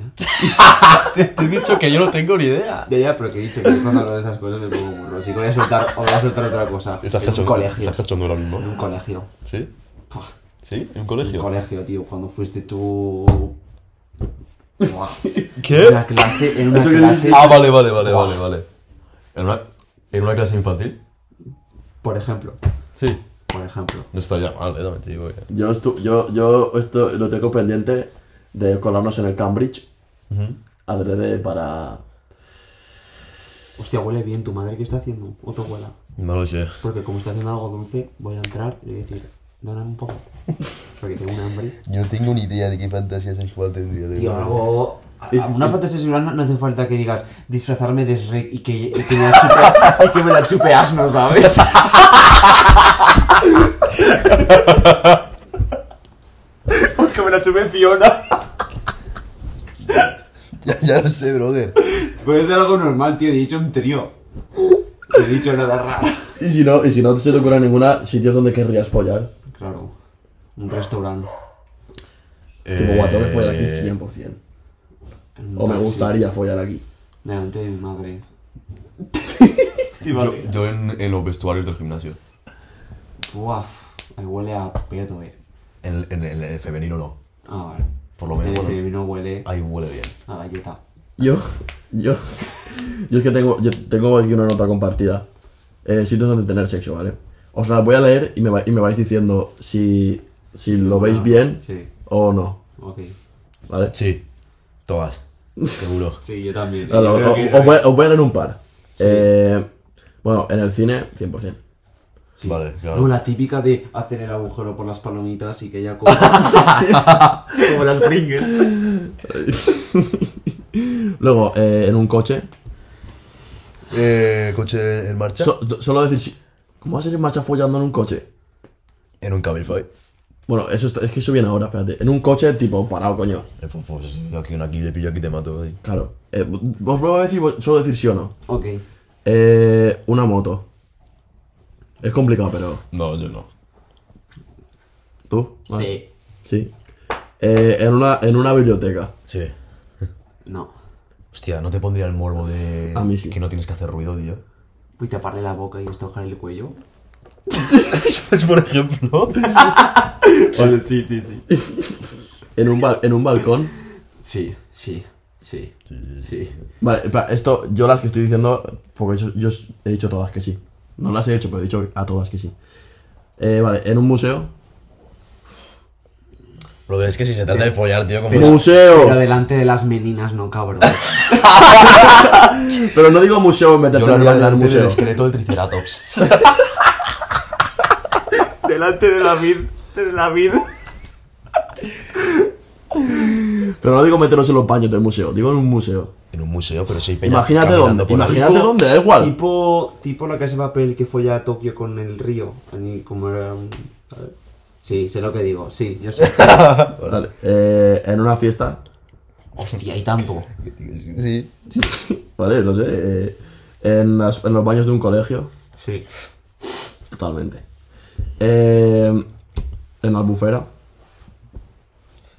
Te, te he dicho que yo no tengo ni idea. Ya, ya, pero que he dicho que yo cuando hablo de estas cosas me pongo burro. Si voy a soltar, os voy a soltar otra cosa. Estás en un cachondo, colegio. estás cachondo ahora mismo. En un colegio. ¿Sí? ¿Sí? ¿En un En colegio? colegio, tío, cuando fuiste tú. Guas. ¿Qué? Una clase, en una Eso que clase. Ah, vale, vale, vale, vale, vale. ¿En una, ¿En una clase infantil? Por ejemplo, Sí. por ejemplo. No está ya mal, eh, también te digo que- Yo, estu- yo, yo esto lo tengo pendiente de colarnos en el Cambridge adrede para... Hostia, huele bien tu madre, ¿qué está haciendo? O tu abuela. No lo sé. Porque como está haciendo algo dulce, voy a entrar y voy a decir, dóname un poco. Porque tengo un hambre. Yo no tengo ni idea de qué fantasía sexual tendría. de Tío, verdad. algo. a- Es- a una fantasía sexual no, no hace falta que digas disfrazarme de Shrek y que, y que me la chupe, y que me la chupe asno, ¿sabes? pues que me la chupe Fiona. ya, ya lo sé, brother. Puede ser algo normal, tío. He dicho un trío. No He dicho nada raro. Y si no, y si no se te ocurre ninguna, sitios donde querrías follar. Claro. Un restaurante. Tipo, guau, tengo que follar aquí Eh, 100%. en un O me taxi, gustaría follar aquí. Delante de mi madre. Yo, yo en, en los vestuarios del gimnasio. Uaf. Ahí huele a pedo, eh. En, en- en el femenino no. Ah, vale. Por lo menos, El bueno. vino huele Ahí huele bien. a galleta. Yo, yo, yo es que tengo, yo tengo aquí una nota compartida. Eh, sitios donde tener sexo, ¿vale? Os la voy a leer y me, va- y me vais diciendo si, si lo veis Ah, bien Sí. o no, Ok. ¿vale? Sí. Todas. Seguro. Sí, yo también. Claro, Yo creo o- que- os, voy, a- os voy a leer un par. Eh, bueno, en el cine, 100%. Sí. Vale, claro. No, la típica de hacer el agujero por las palomitas y que ella como... como las Pringles. Luego, eh, en un coche. Eh, coche en marcha. So- solo decir, si- ¿cómo vas a ir en marcha follando en un coche? en un Cabify. Eh, Bueno, eso está- es que eso viene ahora, espérate. En un coche, tipo, parado, coño. Eh, pues, pues, aquí, aquí te pillo, aquí te mato. ahí. Claro. Eh, os voy a decir, solo decir sí o no. Ok. Eh, una moto. Es complicado, pero. No, yo no. ¿Tú? Sí. Sí. Eh, en, una, en una biblioteca. Sí. No. Hostia, ¿no te pondría el morbo de A mí sí. que no tienes que hacer ruido, tío? Y taparle la boca y estojar el cuello. pues por ejemplo. sí, sí, sí. En un, bal- en un balcón. Sí, sí, sí. Sí, Vale, espera, esto, yo las que estoy diciendo, porque yo, yo he dicho todas que sí. No las he hecho, pero he dicho a todas que sí. Eh, vale, en un museo. Brother, es que si se trata de follar, tío, pues, como. Pero ¡Museo! delante de las meninas, no cabrón. Pero no digo museo, Yo meterte lo en el haría baño del delante del museo. esqueleto del Triceratops. delante de la vid. De la vid. Pero no digo meternos en los baños del museo, digo en un museo. en un museo, pero sí, Imagínate caminando dónde, por ahí. imagina- Imagínate dónde, da igual. Tipo, tipo la casa de papel que fue a Tokio con el río. Ahí Como era un- a ver. Sí, sé lo que digo. Sí, yo sé. Vale, eh, en una fiesta. Hostia, hay tanto. Sí. Vale, no sé. eh, en, las- en los baños de un colegio. Sí. Totalmente. Eh, en la albufera.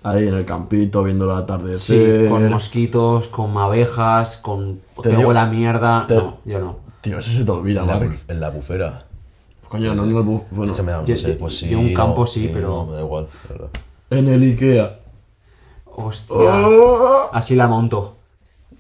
Ahí en el campito, viendo la tarde. Sí, con mosquitos, con abejas, con. Te que digo- huele a mierda. te- No, yo no. Tío, eso se te olvida, En la, ¿vale? bu- en la bufera. Coño, no en el albufera. Es que me da, no Yo- sé, yo- pues sí. yo un no, campo sí, pero- no, me da igual, la verdad. En el Ikea. Hostia. Así la monto.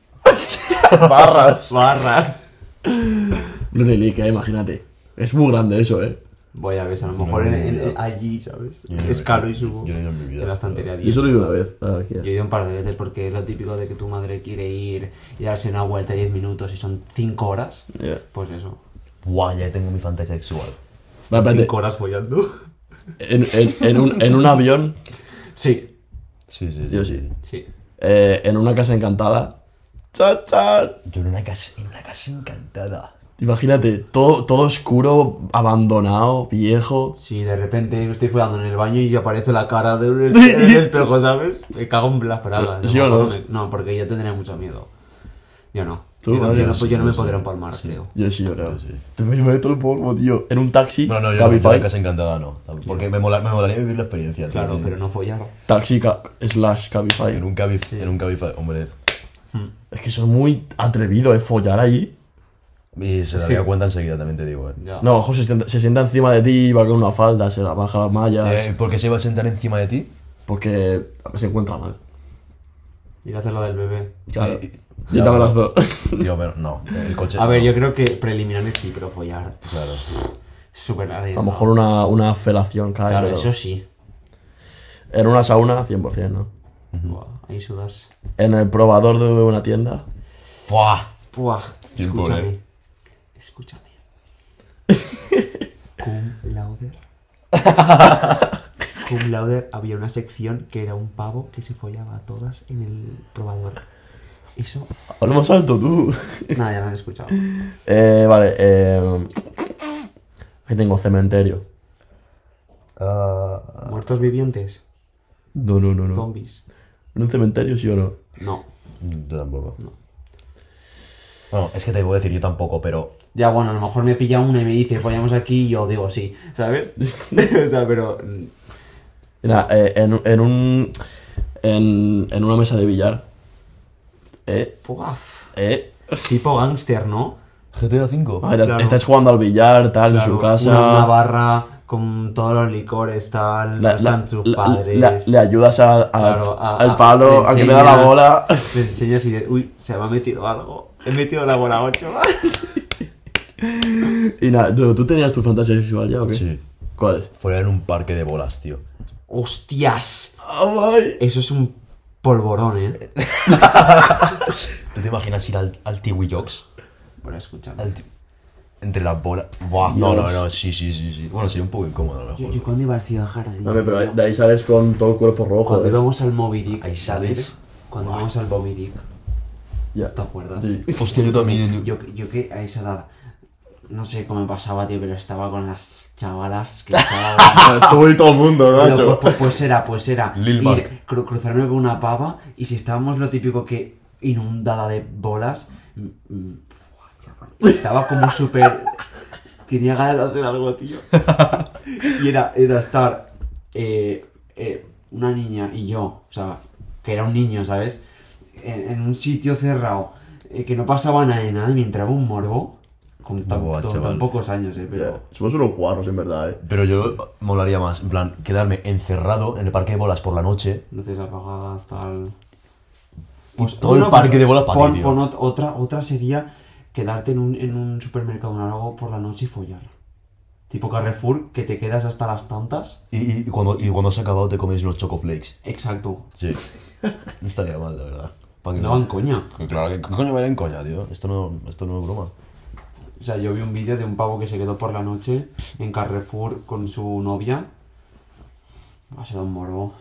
Barras. Barras. No en el Ikea, imagínate. Es muy grande eso, eh. Voy a ver, a lo mejor No, en- en- no, no. allí, ¿sabes? Yo no es he- caro y subo. yo no he ido en mi vida, De la estantería Y eso lo hice una vez. al Ikea. Yo he ido un par de veces porque es lo típico de que tu madre quiere ir y darse una vuelta 10 minutos y son 5 horas. Ya. Pues eso. Guau, ya tengo mi fantasía sexual. Vale, espérate. 5 horas follando. En, en- en un, en un avión. Sí, Sí, sí, sí. Yo sí. sí. Eh, en una casa encantada. Chan, chan. Yo en una casa, en una casa encantada. Imagínate, todo, todo oscuro, abandonado, viejo. Sí, de repente estoy follando en el baño y aparece la cara de un en el espejo, ¿sabes? Me cago en las pragas. ¿Sí o no? No, porque yo tendría mucho miedo. Yo no. Tú, yo, no- vale, yo no, sí, yo no me sí. podría empalmar, creo. Yo sí, yo creo. Sí. Te me meto el polvo, tío. En un taxi, No, no, yo no, yo en Cabify, la casa encantada no. Porque me, mola- me molaría vivir la experiencia. tío, Claro, sí. pero no follar. taxi ca- slash Cabify. En un Cabify, en un Cabify, hombre. Es que eso es muy atrevido, ¿eh? Follar ahí. Y se daría cuenta enseguida, también te digo, eh. Ya. No, José se sienta, se sienta encima de ti, va con una falda, se la baja las mallas, Eh, ¿Por qué se iba a sentar encima de ti? porque se encuentra mal. Ir a hacer la del bebé. Claro. Eh, Yo te abrazo. Tío, pero no, el coche. A ver, no. yo creo que preliminares sí, pero follar. Claro. Súper A lo mejor una, una felación cae, Claro, pero eso sí. en una sauna 100%, ¿no? Buah, ahí sudas. En el probador de una tienda. ¡Buah! Buah, Tiempo, escúchame. eh. Escúchame. Cum lauder. Cum lauder había una sección que era un pavo que se follaba a todas en el probador. Eso. Hablemos alto, tú. Nada, ya lo han escuchado. Eh, vale, eh... Aquí tengo cementerio. Ah, Muertos vivientes. No, no, no, no. Zombies. ¿En un cementerio sí o no? No. yo tampoco. Bueno, es que te voy a decir yo tampoco, pero. Ya, bueno, a lo mejor me pilla una y me dice, follamos aquí, y yo digo sí, ¿sabes? o sea, pero. mm, Mira, eh, en, en un... En, en una mesa de billar. Eh, Buah. eh... Tipo gángster, ¿no? GTA V. A ver, Claro. Estáis jugando al billar, tal, en su Claro, casa. Una, una barra con todos los licores, tal. La- la- no están sus la- padres. la- le ayudas a, a- Claro, a- al a- palo, le a que le da la enseñas- bola. Le enseñas y dices, uy, se me ha metido algo. He metido la bola 8. Y nada, ¿tú, tú tenías tu fantasía sexual ya o qué? Sí. ¿Cuál es? Fuera en un parque de bolas, tío. ¡Hostias! Ah, my! Eso es un polvorón, ¿eh? ¿Tú te imaginas ir al, al Tiwi Jocks? Bueno, escúchame. Al ti- Entre las bolas. Buah, no, no, Dios. no, sí, sí, sí, sí. Bueno, sería un poco incómodo a lo Yo, mejor. yo cuando iba al Ciudad Jardín. Dame, pero de ahí sales con todo el cuerpo rojo. cuando eh. íbamos al Moby Dick. Ahí sales. ¿sabes? Cuando íbamos al Moby Dick. Ya. ¿Te acuerdas? Sí. Hostia, yo también. Yo, yo que a esa edad. No sé cómo me pasaba, tío, pero estaba con las chavalas que estaban. Ah, Tú y todo el mundo, Pero, Nacho. pues, pues era, pues era. Lil ir, Mark. cru- cruzarme con una pava y si estábamos lo típico que inundada de bolas. mm, mm, fua, chaval, Estaba como súper. Tenía ganas de hacer algo, tío. Y era, era estar eh, eh, una niña y yo, o sea, que era un niño, ¿sabes? En, en un sitio cerrado, eh, que no pasaba nada de nada y me entraba un morbo. Con tan, Buah, con tan chaval. pocos años, ¿eh? Pero. Somos unos guarros, en verdad, eh. Pero yo molaría más, en plan, quedarme encerrado en el parque de bolas por la noche. luces apagadas, tal. pues, Y Pues todo el parque de bolas para pon, ti, tío. pon ot- otra, otra sería quedarte en un, en un supermercado o algo por la noche y follar. Tipo Carrefour, que te quedas hasta las tantas. Y, y- y cuando, y cuando se ha acabado te comes unos chocoflakes. Exacto. Sí. No estaría mal, la verdad. Pa' que No van coña. Claro, que coño me en coña, tío. Esto no, esto no es broma. O sea, yo vi un vídeo de un pavo que se quedó por la noche en Carrefour con su novia. Ha sido un morbo.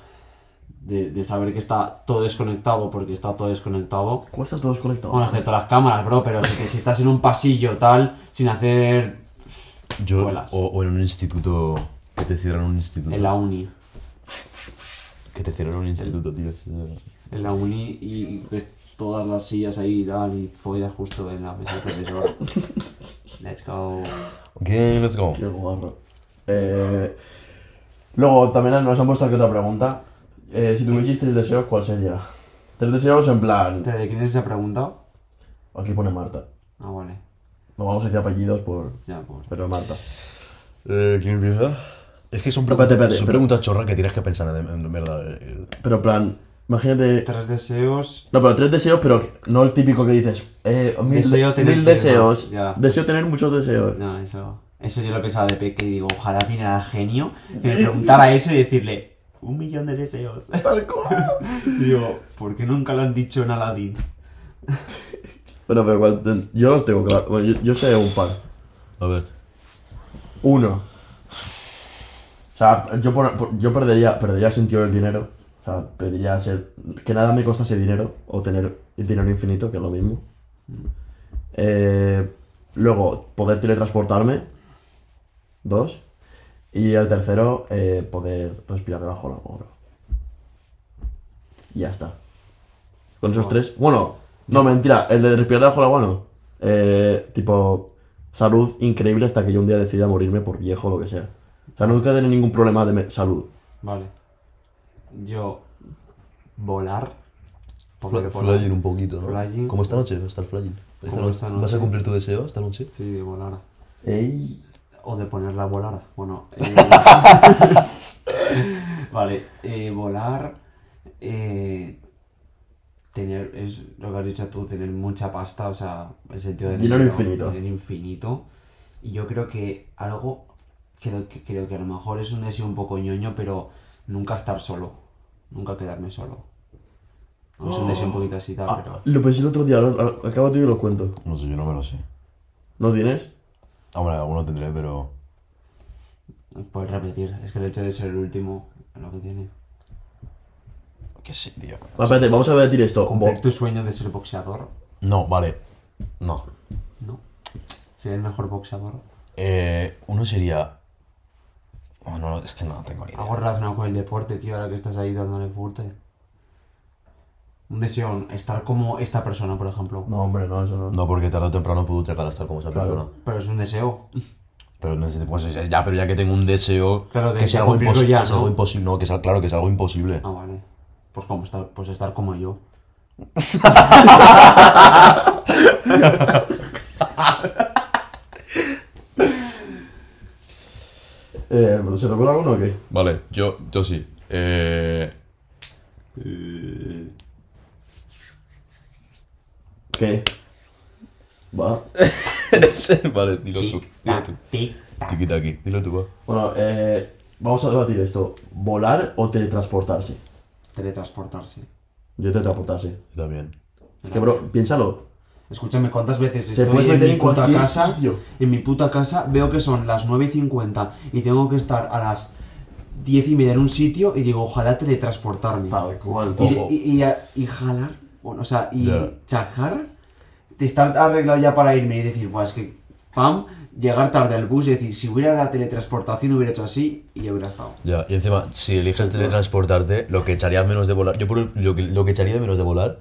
De, de saber que está todo desconectado porque está todo desconectado. ¿Cómo estás todos conectados? Bueno, excepto las cámaras, bro, pero si, si estás en un pasillo tal, sin hacer Yo, Vuelas. o, o en un instituto. Que te cierran un instituto. en la uni. Que te cierran un instituto, tío. Sí, sí, sí. En la uni y y ves todas las sillas ahí y tal, y follas justo en la mesa del profesor. Let's go. Ok, let's go. Qué guarro. Eh, luego también nos han puesto aquí otra pregunta. Eh, si tuvieseis tres deseos, ¿cuál sería? Tres deseos en plan. ¿Pero de quién es esa pregunta? Aquí pone Marta. Ah, vale. No vamos a decir apellidos por. Ya, pues. Pero Marta. Eh, ¿Quién empieza? Es que son, pregun- Espérate, espérate, son pero- preguntas chorras que tienes que pensar en, en verdad. eh, Pero en plan, imagínate. Tres deseos. No, pero tres deseos, pero no el típico que dices. Eh, mil, Deseo tener mil tres deseos. más, ya. Deseo tener muchos deseos. No, eso. Eso yo lo pensaba de peque y digo, ojalá viniera el genio que me preguntara eso y decirle, un millón de deseos. Tal cual. digo, ¿por qué nunca lo han dicho en Aladdin? Bueno, pero igual, yo los tengo claro. Bueno, yo, yo sé un par. eh. A ver. Uno. O sea, yo, por- por- yo perdería, perdería el sentido del dinero. O sea, perdería ser. Que nada me costase dinero o tener dinero infinito, que es lo mismo. Eh, luego, poder teletransportarme. Dos. Y el tercero, eh, poder respirar debajo del agua. Y ya está. Con esos tres. Bueno, no, mentira. El de respirar debajo del agua no. Eh, tipo, salud increíble hasta que yo un día decida morirme por viejo o lo que sea. O sea, nunca tener ningún problema de me- salud. Vale. Yo. Volar. Por lo que por flying un poquito, ¿no? Flying. Como esta noche va a estar flying. Esta Como noche- esta ¿Vas a noche. cumplir tu deseo esta noche? Sí, de volar. Ey. O de ponerla a volar. Bueno. eh, vale. eh, volar. eh, tener. Es lo que has dicho tú, tener mucha pasta. O sea, el sentido de. Dinero dinero, infinito. Dinero infinito. Y yo creo que algo. Creo que, creo que a lo mejor es un deseo un poco ñoño, pero nunca estar solo. Nunca quedarme solo. Es un deseo un poquito así, tal, Ah, pero. lo pensé el otro día, lo- acaba tú y lo cuento. No sé, yo no me lo sé. ¿No tienes? Hombre, alguno tendré, pero. Puedes repetir. Es que el hecho de ser el último es lo que tiene. ¿Qué sé, tío? Va, Ah, espérate, vamos a debatir esto. Cumplir Bo- tu sueño de ser boxeador, No, vale. No. ¿no? Ser el mejor boxeador. Eh, uno sería. Oh, no, es que no tengo ni idea. Algo relacionado con el deporte, tío, ahora que estás ahí dándole fuerte. Un deseo, estar como esta persona, por ejemplo. No, hombre, no, eso no. No, porque tarde o temprano puedo llegar a estar como esa persona. Pero es un deseo. Pero necesito, pues ya, pero ya que tengo un deseo Claro, de- que de sea algo cumplirlo imposible. ya, Que sea algo ¿no? imposible. No, que sea, claro, que es algo imposible. Ah, vale. Pues como estar, pues estar como yo. Eh, ¿Se te ocurre alguno o qué? Vale, yo, yo sí. Eh, ¿Qué? Va. vale, dilo tú. Tic, Dilo tac, tú. tic. Tiquita aquí, dilo tú, va. Bueno, eh, vamos a debatir esto. ¿Volar o teletransportarse? Teletransportarse. Yo teletransportarse. Yo también. Es que, bro, piénsalo. Escúchame, ¿cuántas veces Te estoy puedes en meter mi en puta cualquier casa? sitio. En mi puta casa veo que son las 9.50 y tengo que estar a las 10 y media en un sitio y digo, ojalá teletransportarme. Tal cual. Y, y- y- y- y jalar, bueno, o sea, y Ya. chajar, de estar arreglado ya para irme y decir, pues es que, pam, llegar tarde al bus y decir, si hubiera la teletransportación hubiera hecho así y ya hubiera estado. Ya, y encima, si eliges teletransportarte, lo que echarías menos de volar. Yo por lo que, lo que echaría de menos de volar.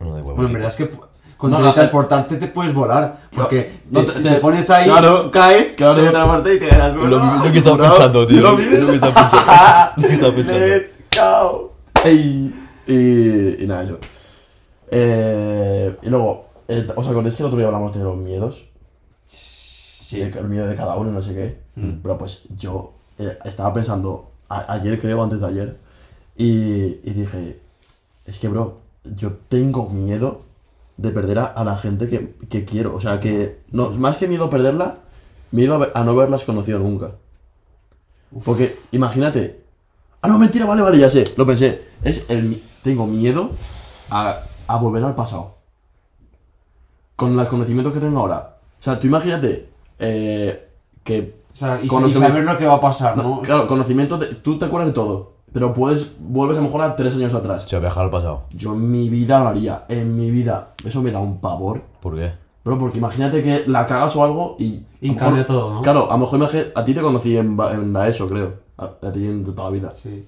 No, de huevo. Bueno, en verdad es que pu- con No, no, teletransportarte te puedes volar, porque no, te, te- te te- pones ahí, claro, caes, claro. te teletransportas y te quedas Lo, bueno. lo que estaba Bro, pensando, tío. lo Lo, mismo. que estaba pensando. Lo que estaba pensando. Let's go. Y, y, y nada, eso. Eh, y luego, eh, ¿os acordáis que el otro día hablamos de los miedos? Sí. El, el miedo de cada uno, no sé qué. Pero pues yo eh, estaba pensando, a- ayer creo, antes de ayer, y, y dije, es que, bro, yo tengo miedo de perder a, a la gente que, que quiero. O sea, que, no, más que miedo a perderla, miedo a, ver- a no haberlas conocido nunca. Porque, imagínate, ah, no, mentira, vale, vale, ya sé, lo pensé. Es el, mi- tengo miedo a, a volver al pasado con los conocimientos que tengo ahora. O sea, tú imagínate eh, que. O sea, y, con sa- y los que me- saber lo que va a pasar, ¿no? no, Claro, conocimiento, de- tú te acuerdas de todo, pero puedes, vuelves a lo mejor a tres años atrás. Se va a viajar al pasado. Yo en mi vida lo haría, en mi vida. Eso me da un pavor. ¿Por qué? Bro, porque imagínate que la cagas o algo y. Y a lo cambia todo, ¿no? Claro, a lo mejor imagi- a ti te conocí en, ba- en la ESO, creo. A, a ti en toda la vida. Sí.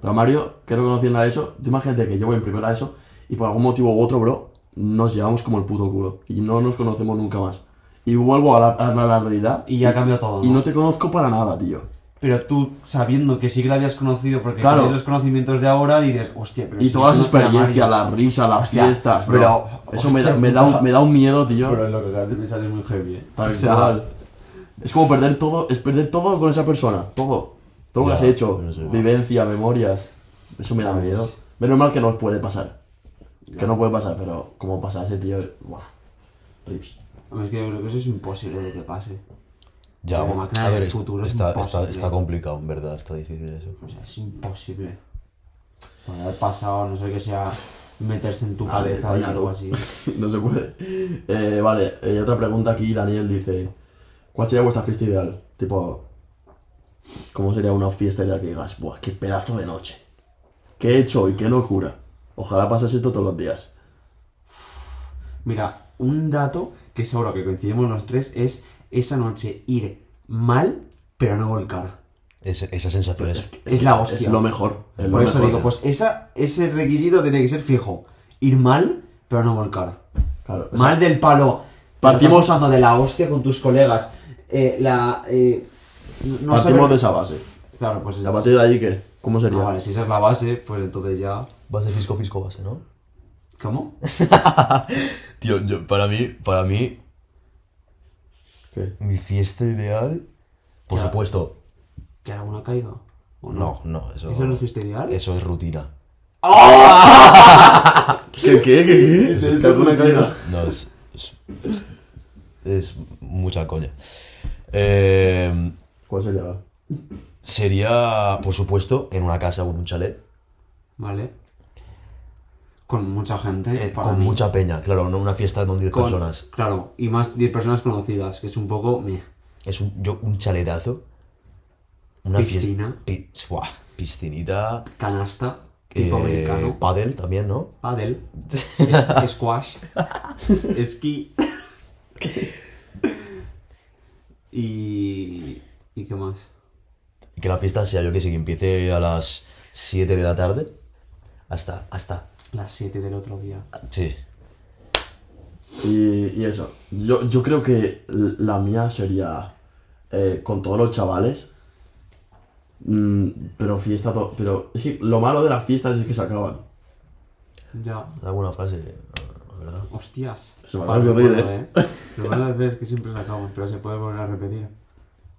Pero a Mario, que lo conocí en la ESO, tú imagínate que yo voy en primera ESO y por algún motivo u otro, bro, nos llevamos como el puto culo y no nos conocemos nunca más. Y vuelvo a la, a la- a la realidad Y ya cambia todo, y ¿no? no te conozco para nada, tío. Pero tú, sabiendo que sí que la habías conocido, porque Claro. tienes los conocimientos de ahora, dices, hostia, pero Y si todas yo las conocía a experiencias, Mario". la risa, las Hostia, fiestas, bro. bro, eso me, hostia, da, me, da puta. un, me da un miedo, tío. Pero lo que acabas de pensar es muy heavy, ¿eh? o sea, es como perder todo, es perder todo con esa persona, todo. Todo lo que Ya, has hecho, no sé. Pues, vivencia, memorias. Eso me da miedo. Menos mal que no puede pasar. Que no puede pasar, pero como pasase, tío, buah. Rips. Hombre, Es que yo creo que eso es imposible de que pase. Ya, Como bueno, máquina a del ver, es- futuro es está, imposible. está, está complicado, en verdad, está difícil eso. O sea, es imposible. Por haber pasado, a no sé que sea meterse en tu A ver, cabeza o algo claro. así. no se puede. Eh, vale, eh, otra pregunta aquí. Daniel dice: ¿Cuál sería vuestra fiesta ideal? Tipo, ¿cómo sería una fiesta ideal que digas, buah, qué pedazo de noche? ¿Qué he hecho hoy? ¡Qué locura! Ojalá pasase esto todos los días. Mira, un dato que seguro que coincidimos los tres es esa noche ir mal, pero no volcar. Es- esa sensación es. Es la hostia. Es lo mejor. es lo Por eso mejor. digo, pues esa, ese requisito tiene que ser fijo. Ir mal, pero no volcar. Claro, o sea, Mal del palo. Pues Partimos- Estás pasando de la hostia con tus colegas. Eh, la. eh, no partimos saber- de esa base. Claro, pues es. ¿La partir de ahí qué? ¿Cómo Ah, sería? vale, si esa es la base, pues entonces ya. Base fisco, fisco, base, ¿no? ¿Cómo? Tío, yo, para mí, para mí, ¿Qué? mi fiesta ideal. Por Ya. supuesto. ¿Que alguna caiga? ¿O No, no, eso, ¿Eso no es fiesta ideal? eso es rutina. ¿Qué? ¿Qué? ¿Qué? Eso es No, es. Es, es mucha coña. Eh, ¿Cuál sería? sería, por supuesto, en una casa o en un chalet. Vale. Con mucha gente. eh, para con mí. mucha peña, claro, no una fiesta con 10 Con- personas. Claro, y más 10 personas conocidas, que es un poco. meh. Es un, yo, un chaletazo. Una Piscina. Fiesta, pi- buah, piscinita. canasta, tipo eh, americano. Pádel también, ¿no? Padel, es- squash, esquí. Y. ¿Y qué más? Y que la fiesta sea, yo que sé, que empiece a las 7 de la tarde. Hasta, hasta. Las 7 del otro día. Sí. Y, y eso. Yo, yo creo que l- la mía sería eh, con todos los chavales. Mm, pero fiesta. to- pero es que lo malo de las fiestas es que se acaban. Ya. Alguna frase, la- la verdad. Hostias. Se me acaba de ocurrir, recuerdo, ¿eh? ¿eh? Lo malo de ver es que siempre la acabo, pero se puede volver a repetir.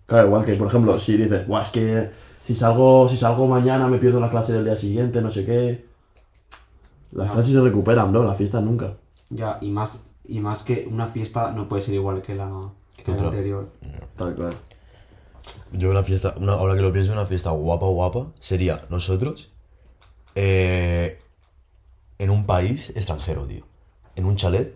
Claro, igual que, por ejemplo, si dices, Buah, es que si salgo, si salgo mañana me pierdo la clase del día siguiente, no sé qué. Las No. clases se recuperan, bro, las fiestas nunca. Ya, y más, y más que una fiesta no puede ser igual que la, que la otra? anterior. Tal cual. Yo una fiesta, una, ahora que lo pienso, una fiesta guapa, guapa, sería nosotros eh, en un país extranjero, tío. En un chalet.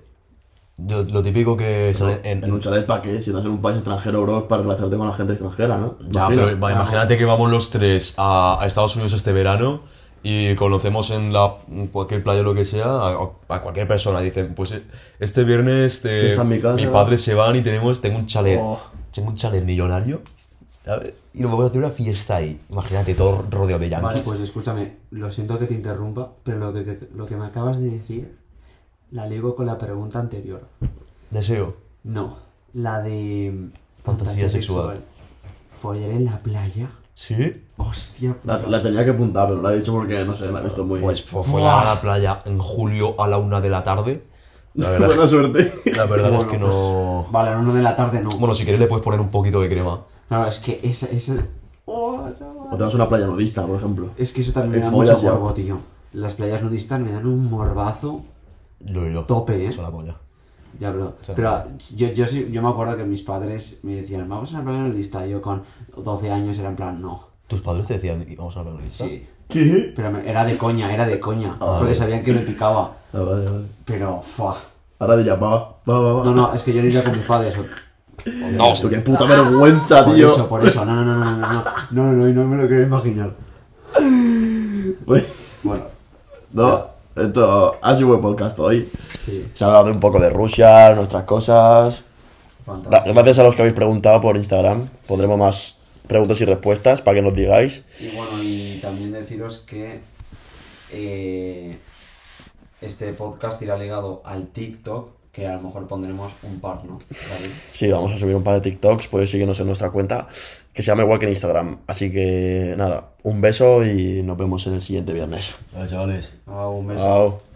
Yo- lo típico que sale en... En, un chalet, ¿para qué? Si estás en un país extranjero, bro, es para relacionarte con la gente extranjera, ¿no? Ya, Imagino. pero va, imagínate que vamos los tres a, a Estados Unidos este verano y conocemos en la en cualquier playa o lo que sea a, a cualquier persona. Dicen, pues eh, este viernes eh, Fiesta en mi casa. padre se van y tenemos, tengo un chalet. Oh. Tengo un chalet millonario. ¿sabes? Y nos vamos a hacer una fiesta ahí. Imagínate, todo rodeado de yankees. Vale, pues escúchame, lo siento que te interrumpa, pero lo que, que- lo que me acabas de decir la ligo con la pregunta anterior. Deseo. No, la de. Fantasía sexual. Follar en la playa. ¿Sí? Pues, Hostia, puta. La, la tenía que apuntar, pero la he dicho porque, no sé, la he visto muy... Pues pues, fue a la playa en julio a la una de la tarde. La verdad, Buena suerte. la verdad es Bueno, que pues, no... Vale, a las uno de la tarde no. Bueno, si quieres le puedes poner un poquito de crema. Claro, es que esa. esa... Oh, chaval. O te vas a una playa nudista, por ejemplo. Es que eso también me Me da mucho follas ya. morbo, tío. Las playas nudistas me dan un morbazo. Yo, yo. Tope, ¿eh? Eso la polla. Ya, pero, sea, pero yo, yo, sí- yo me acuerdo que mis padres me decían, vamos a una playa nudista. Yo con 12 años era en plan, no. ¿Tus padres te decían, "Y vamos a hablar de esto? Sí. ¿Qué? Pero me- era de coña, era de coña. porque vale. sabían que me picaba. Ah, vale, vale. Pero, fa. Ahora diría, va, va, va, va. No, no, es que yo no iba con mis padres. No, Esto, qué puta vergüenza, Por tío. eso, por eso. No, no, no, no, no, no. No, no, no, no me lo quiero imaginar. Pues, Bueno, no, esto ha sido buen podcast hoy. sí, Se ha hablado un poco de Rusia, nuestras cosas. Ah, Gra- fantástico. Gracias a los que habéis preguntado por Instagram. Pondremos más preguntas y respuestas para que nos digáis. Y bueno, y también deciros que eh, este podcast irá ligado al TikTok, que a lo mejor pondremos un par, ¿no? David? Sí, vamos a subir un par de TikToks, podéis seguirnos en nuestra cuenta, que se llama igual que en Instagram. Así que nada, un beso y nos vemos en el siguiente viernes. A ver, chavales. Ah, un beso. Chao.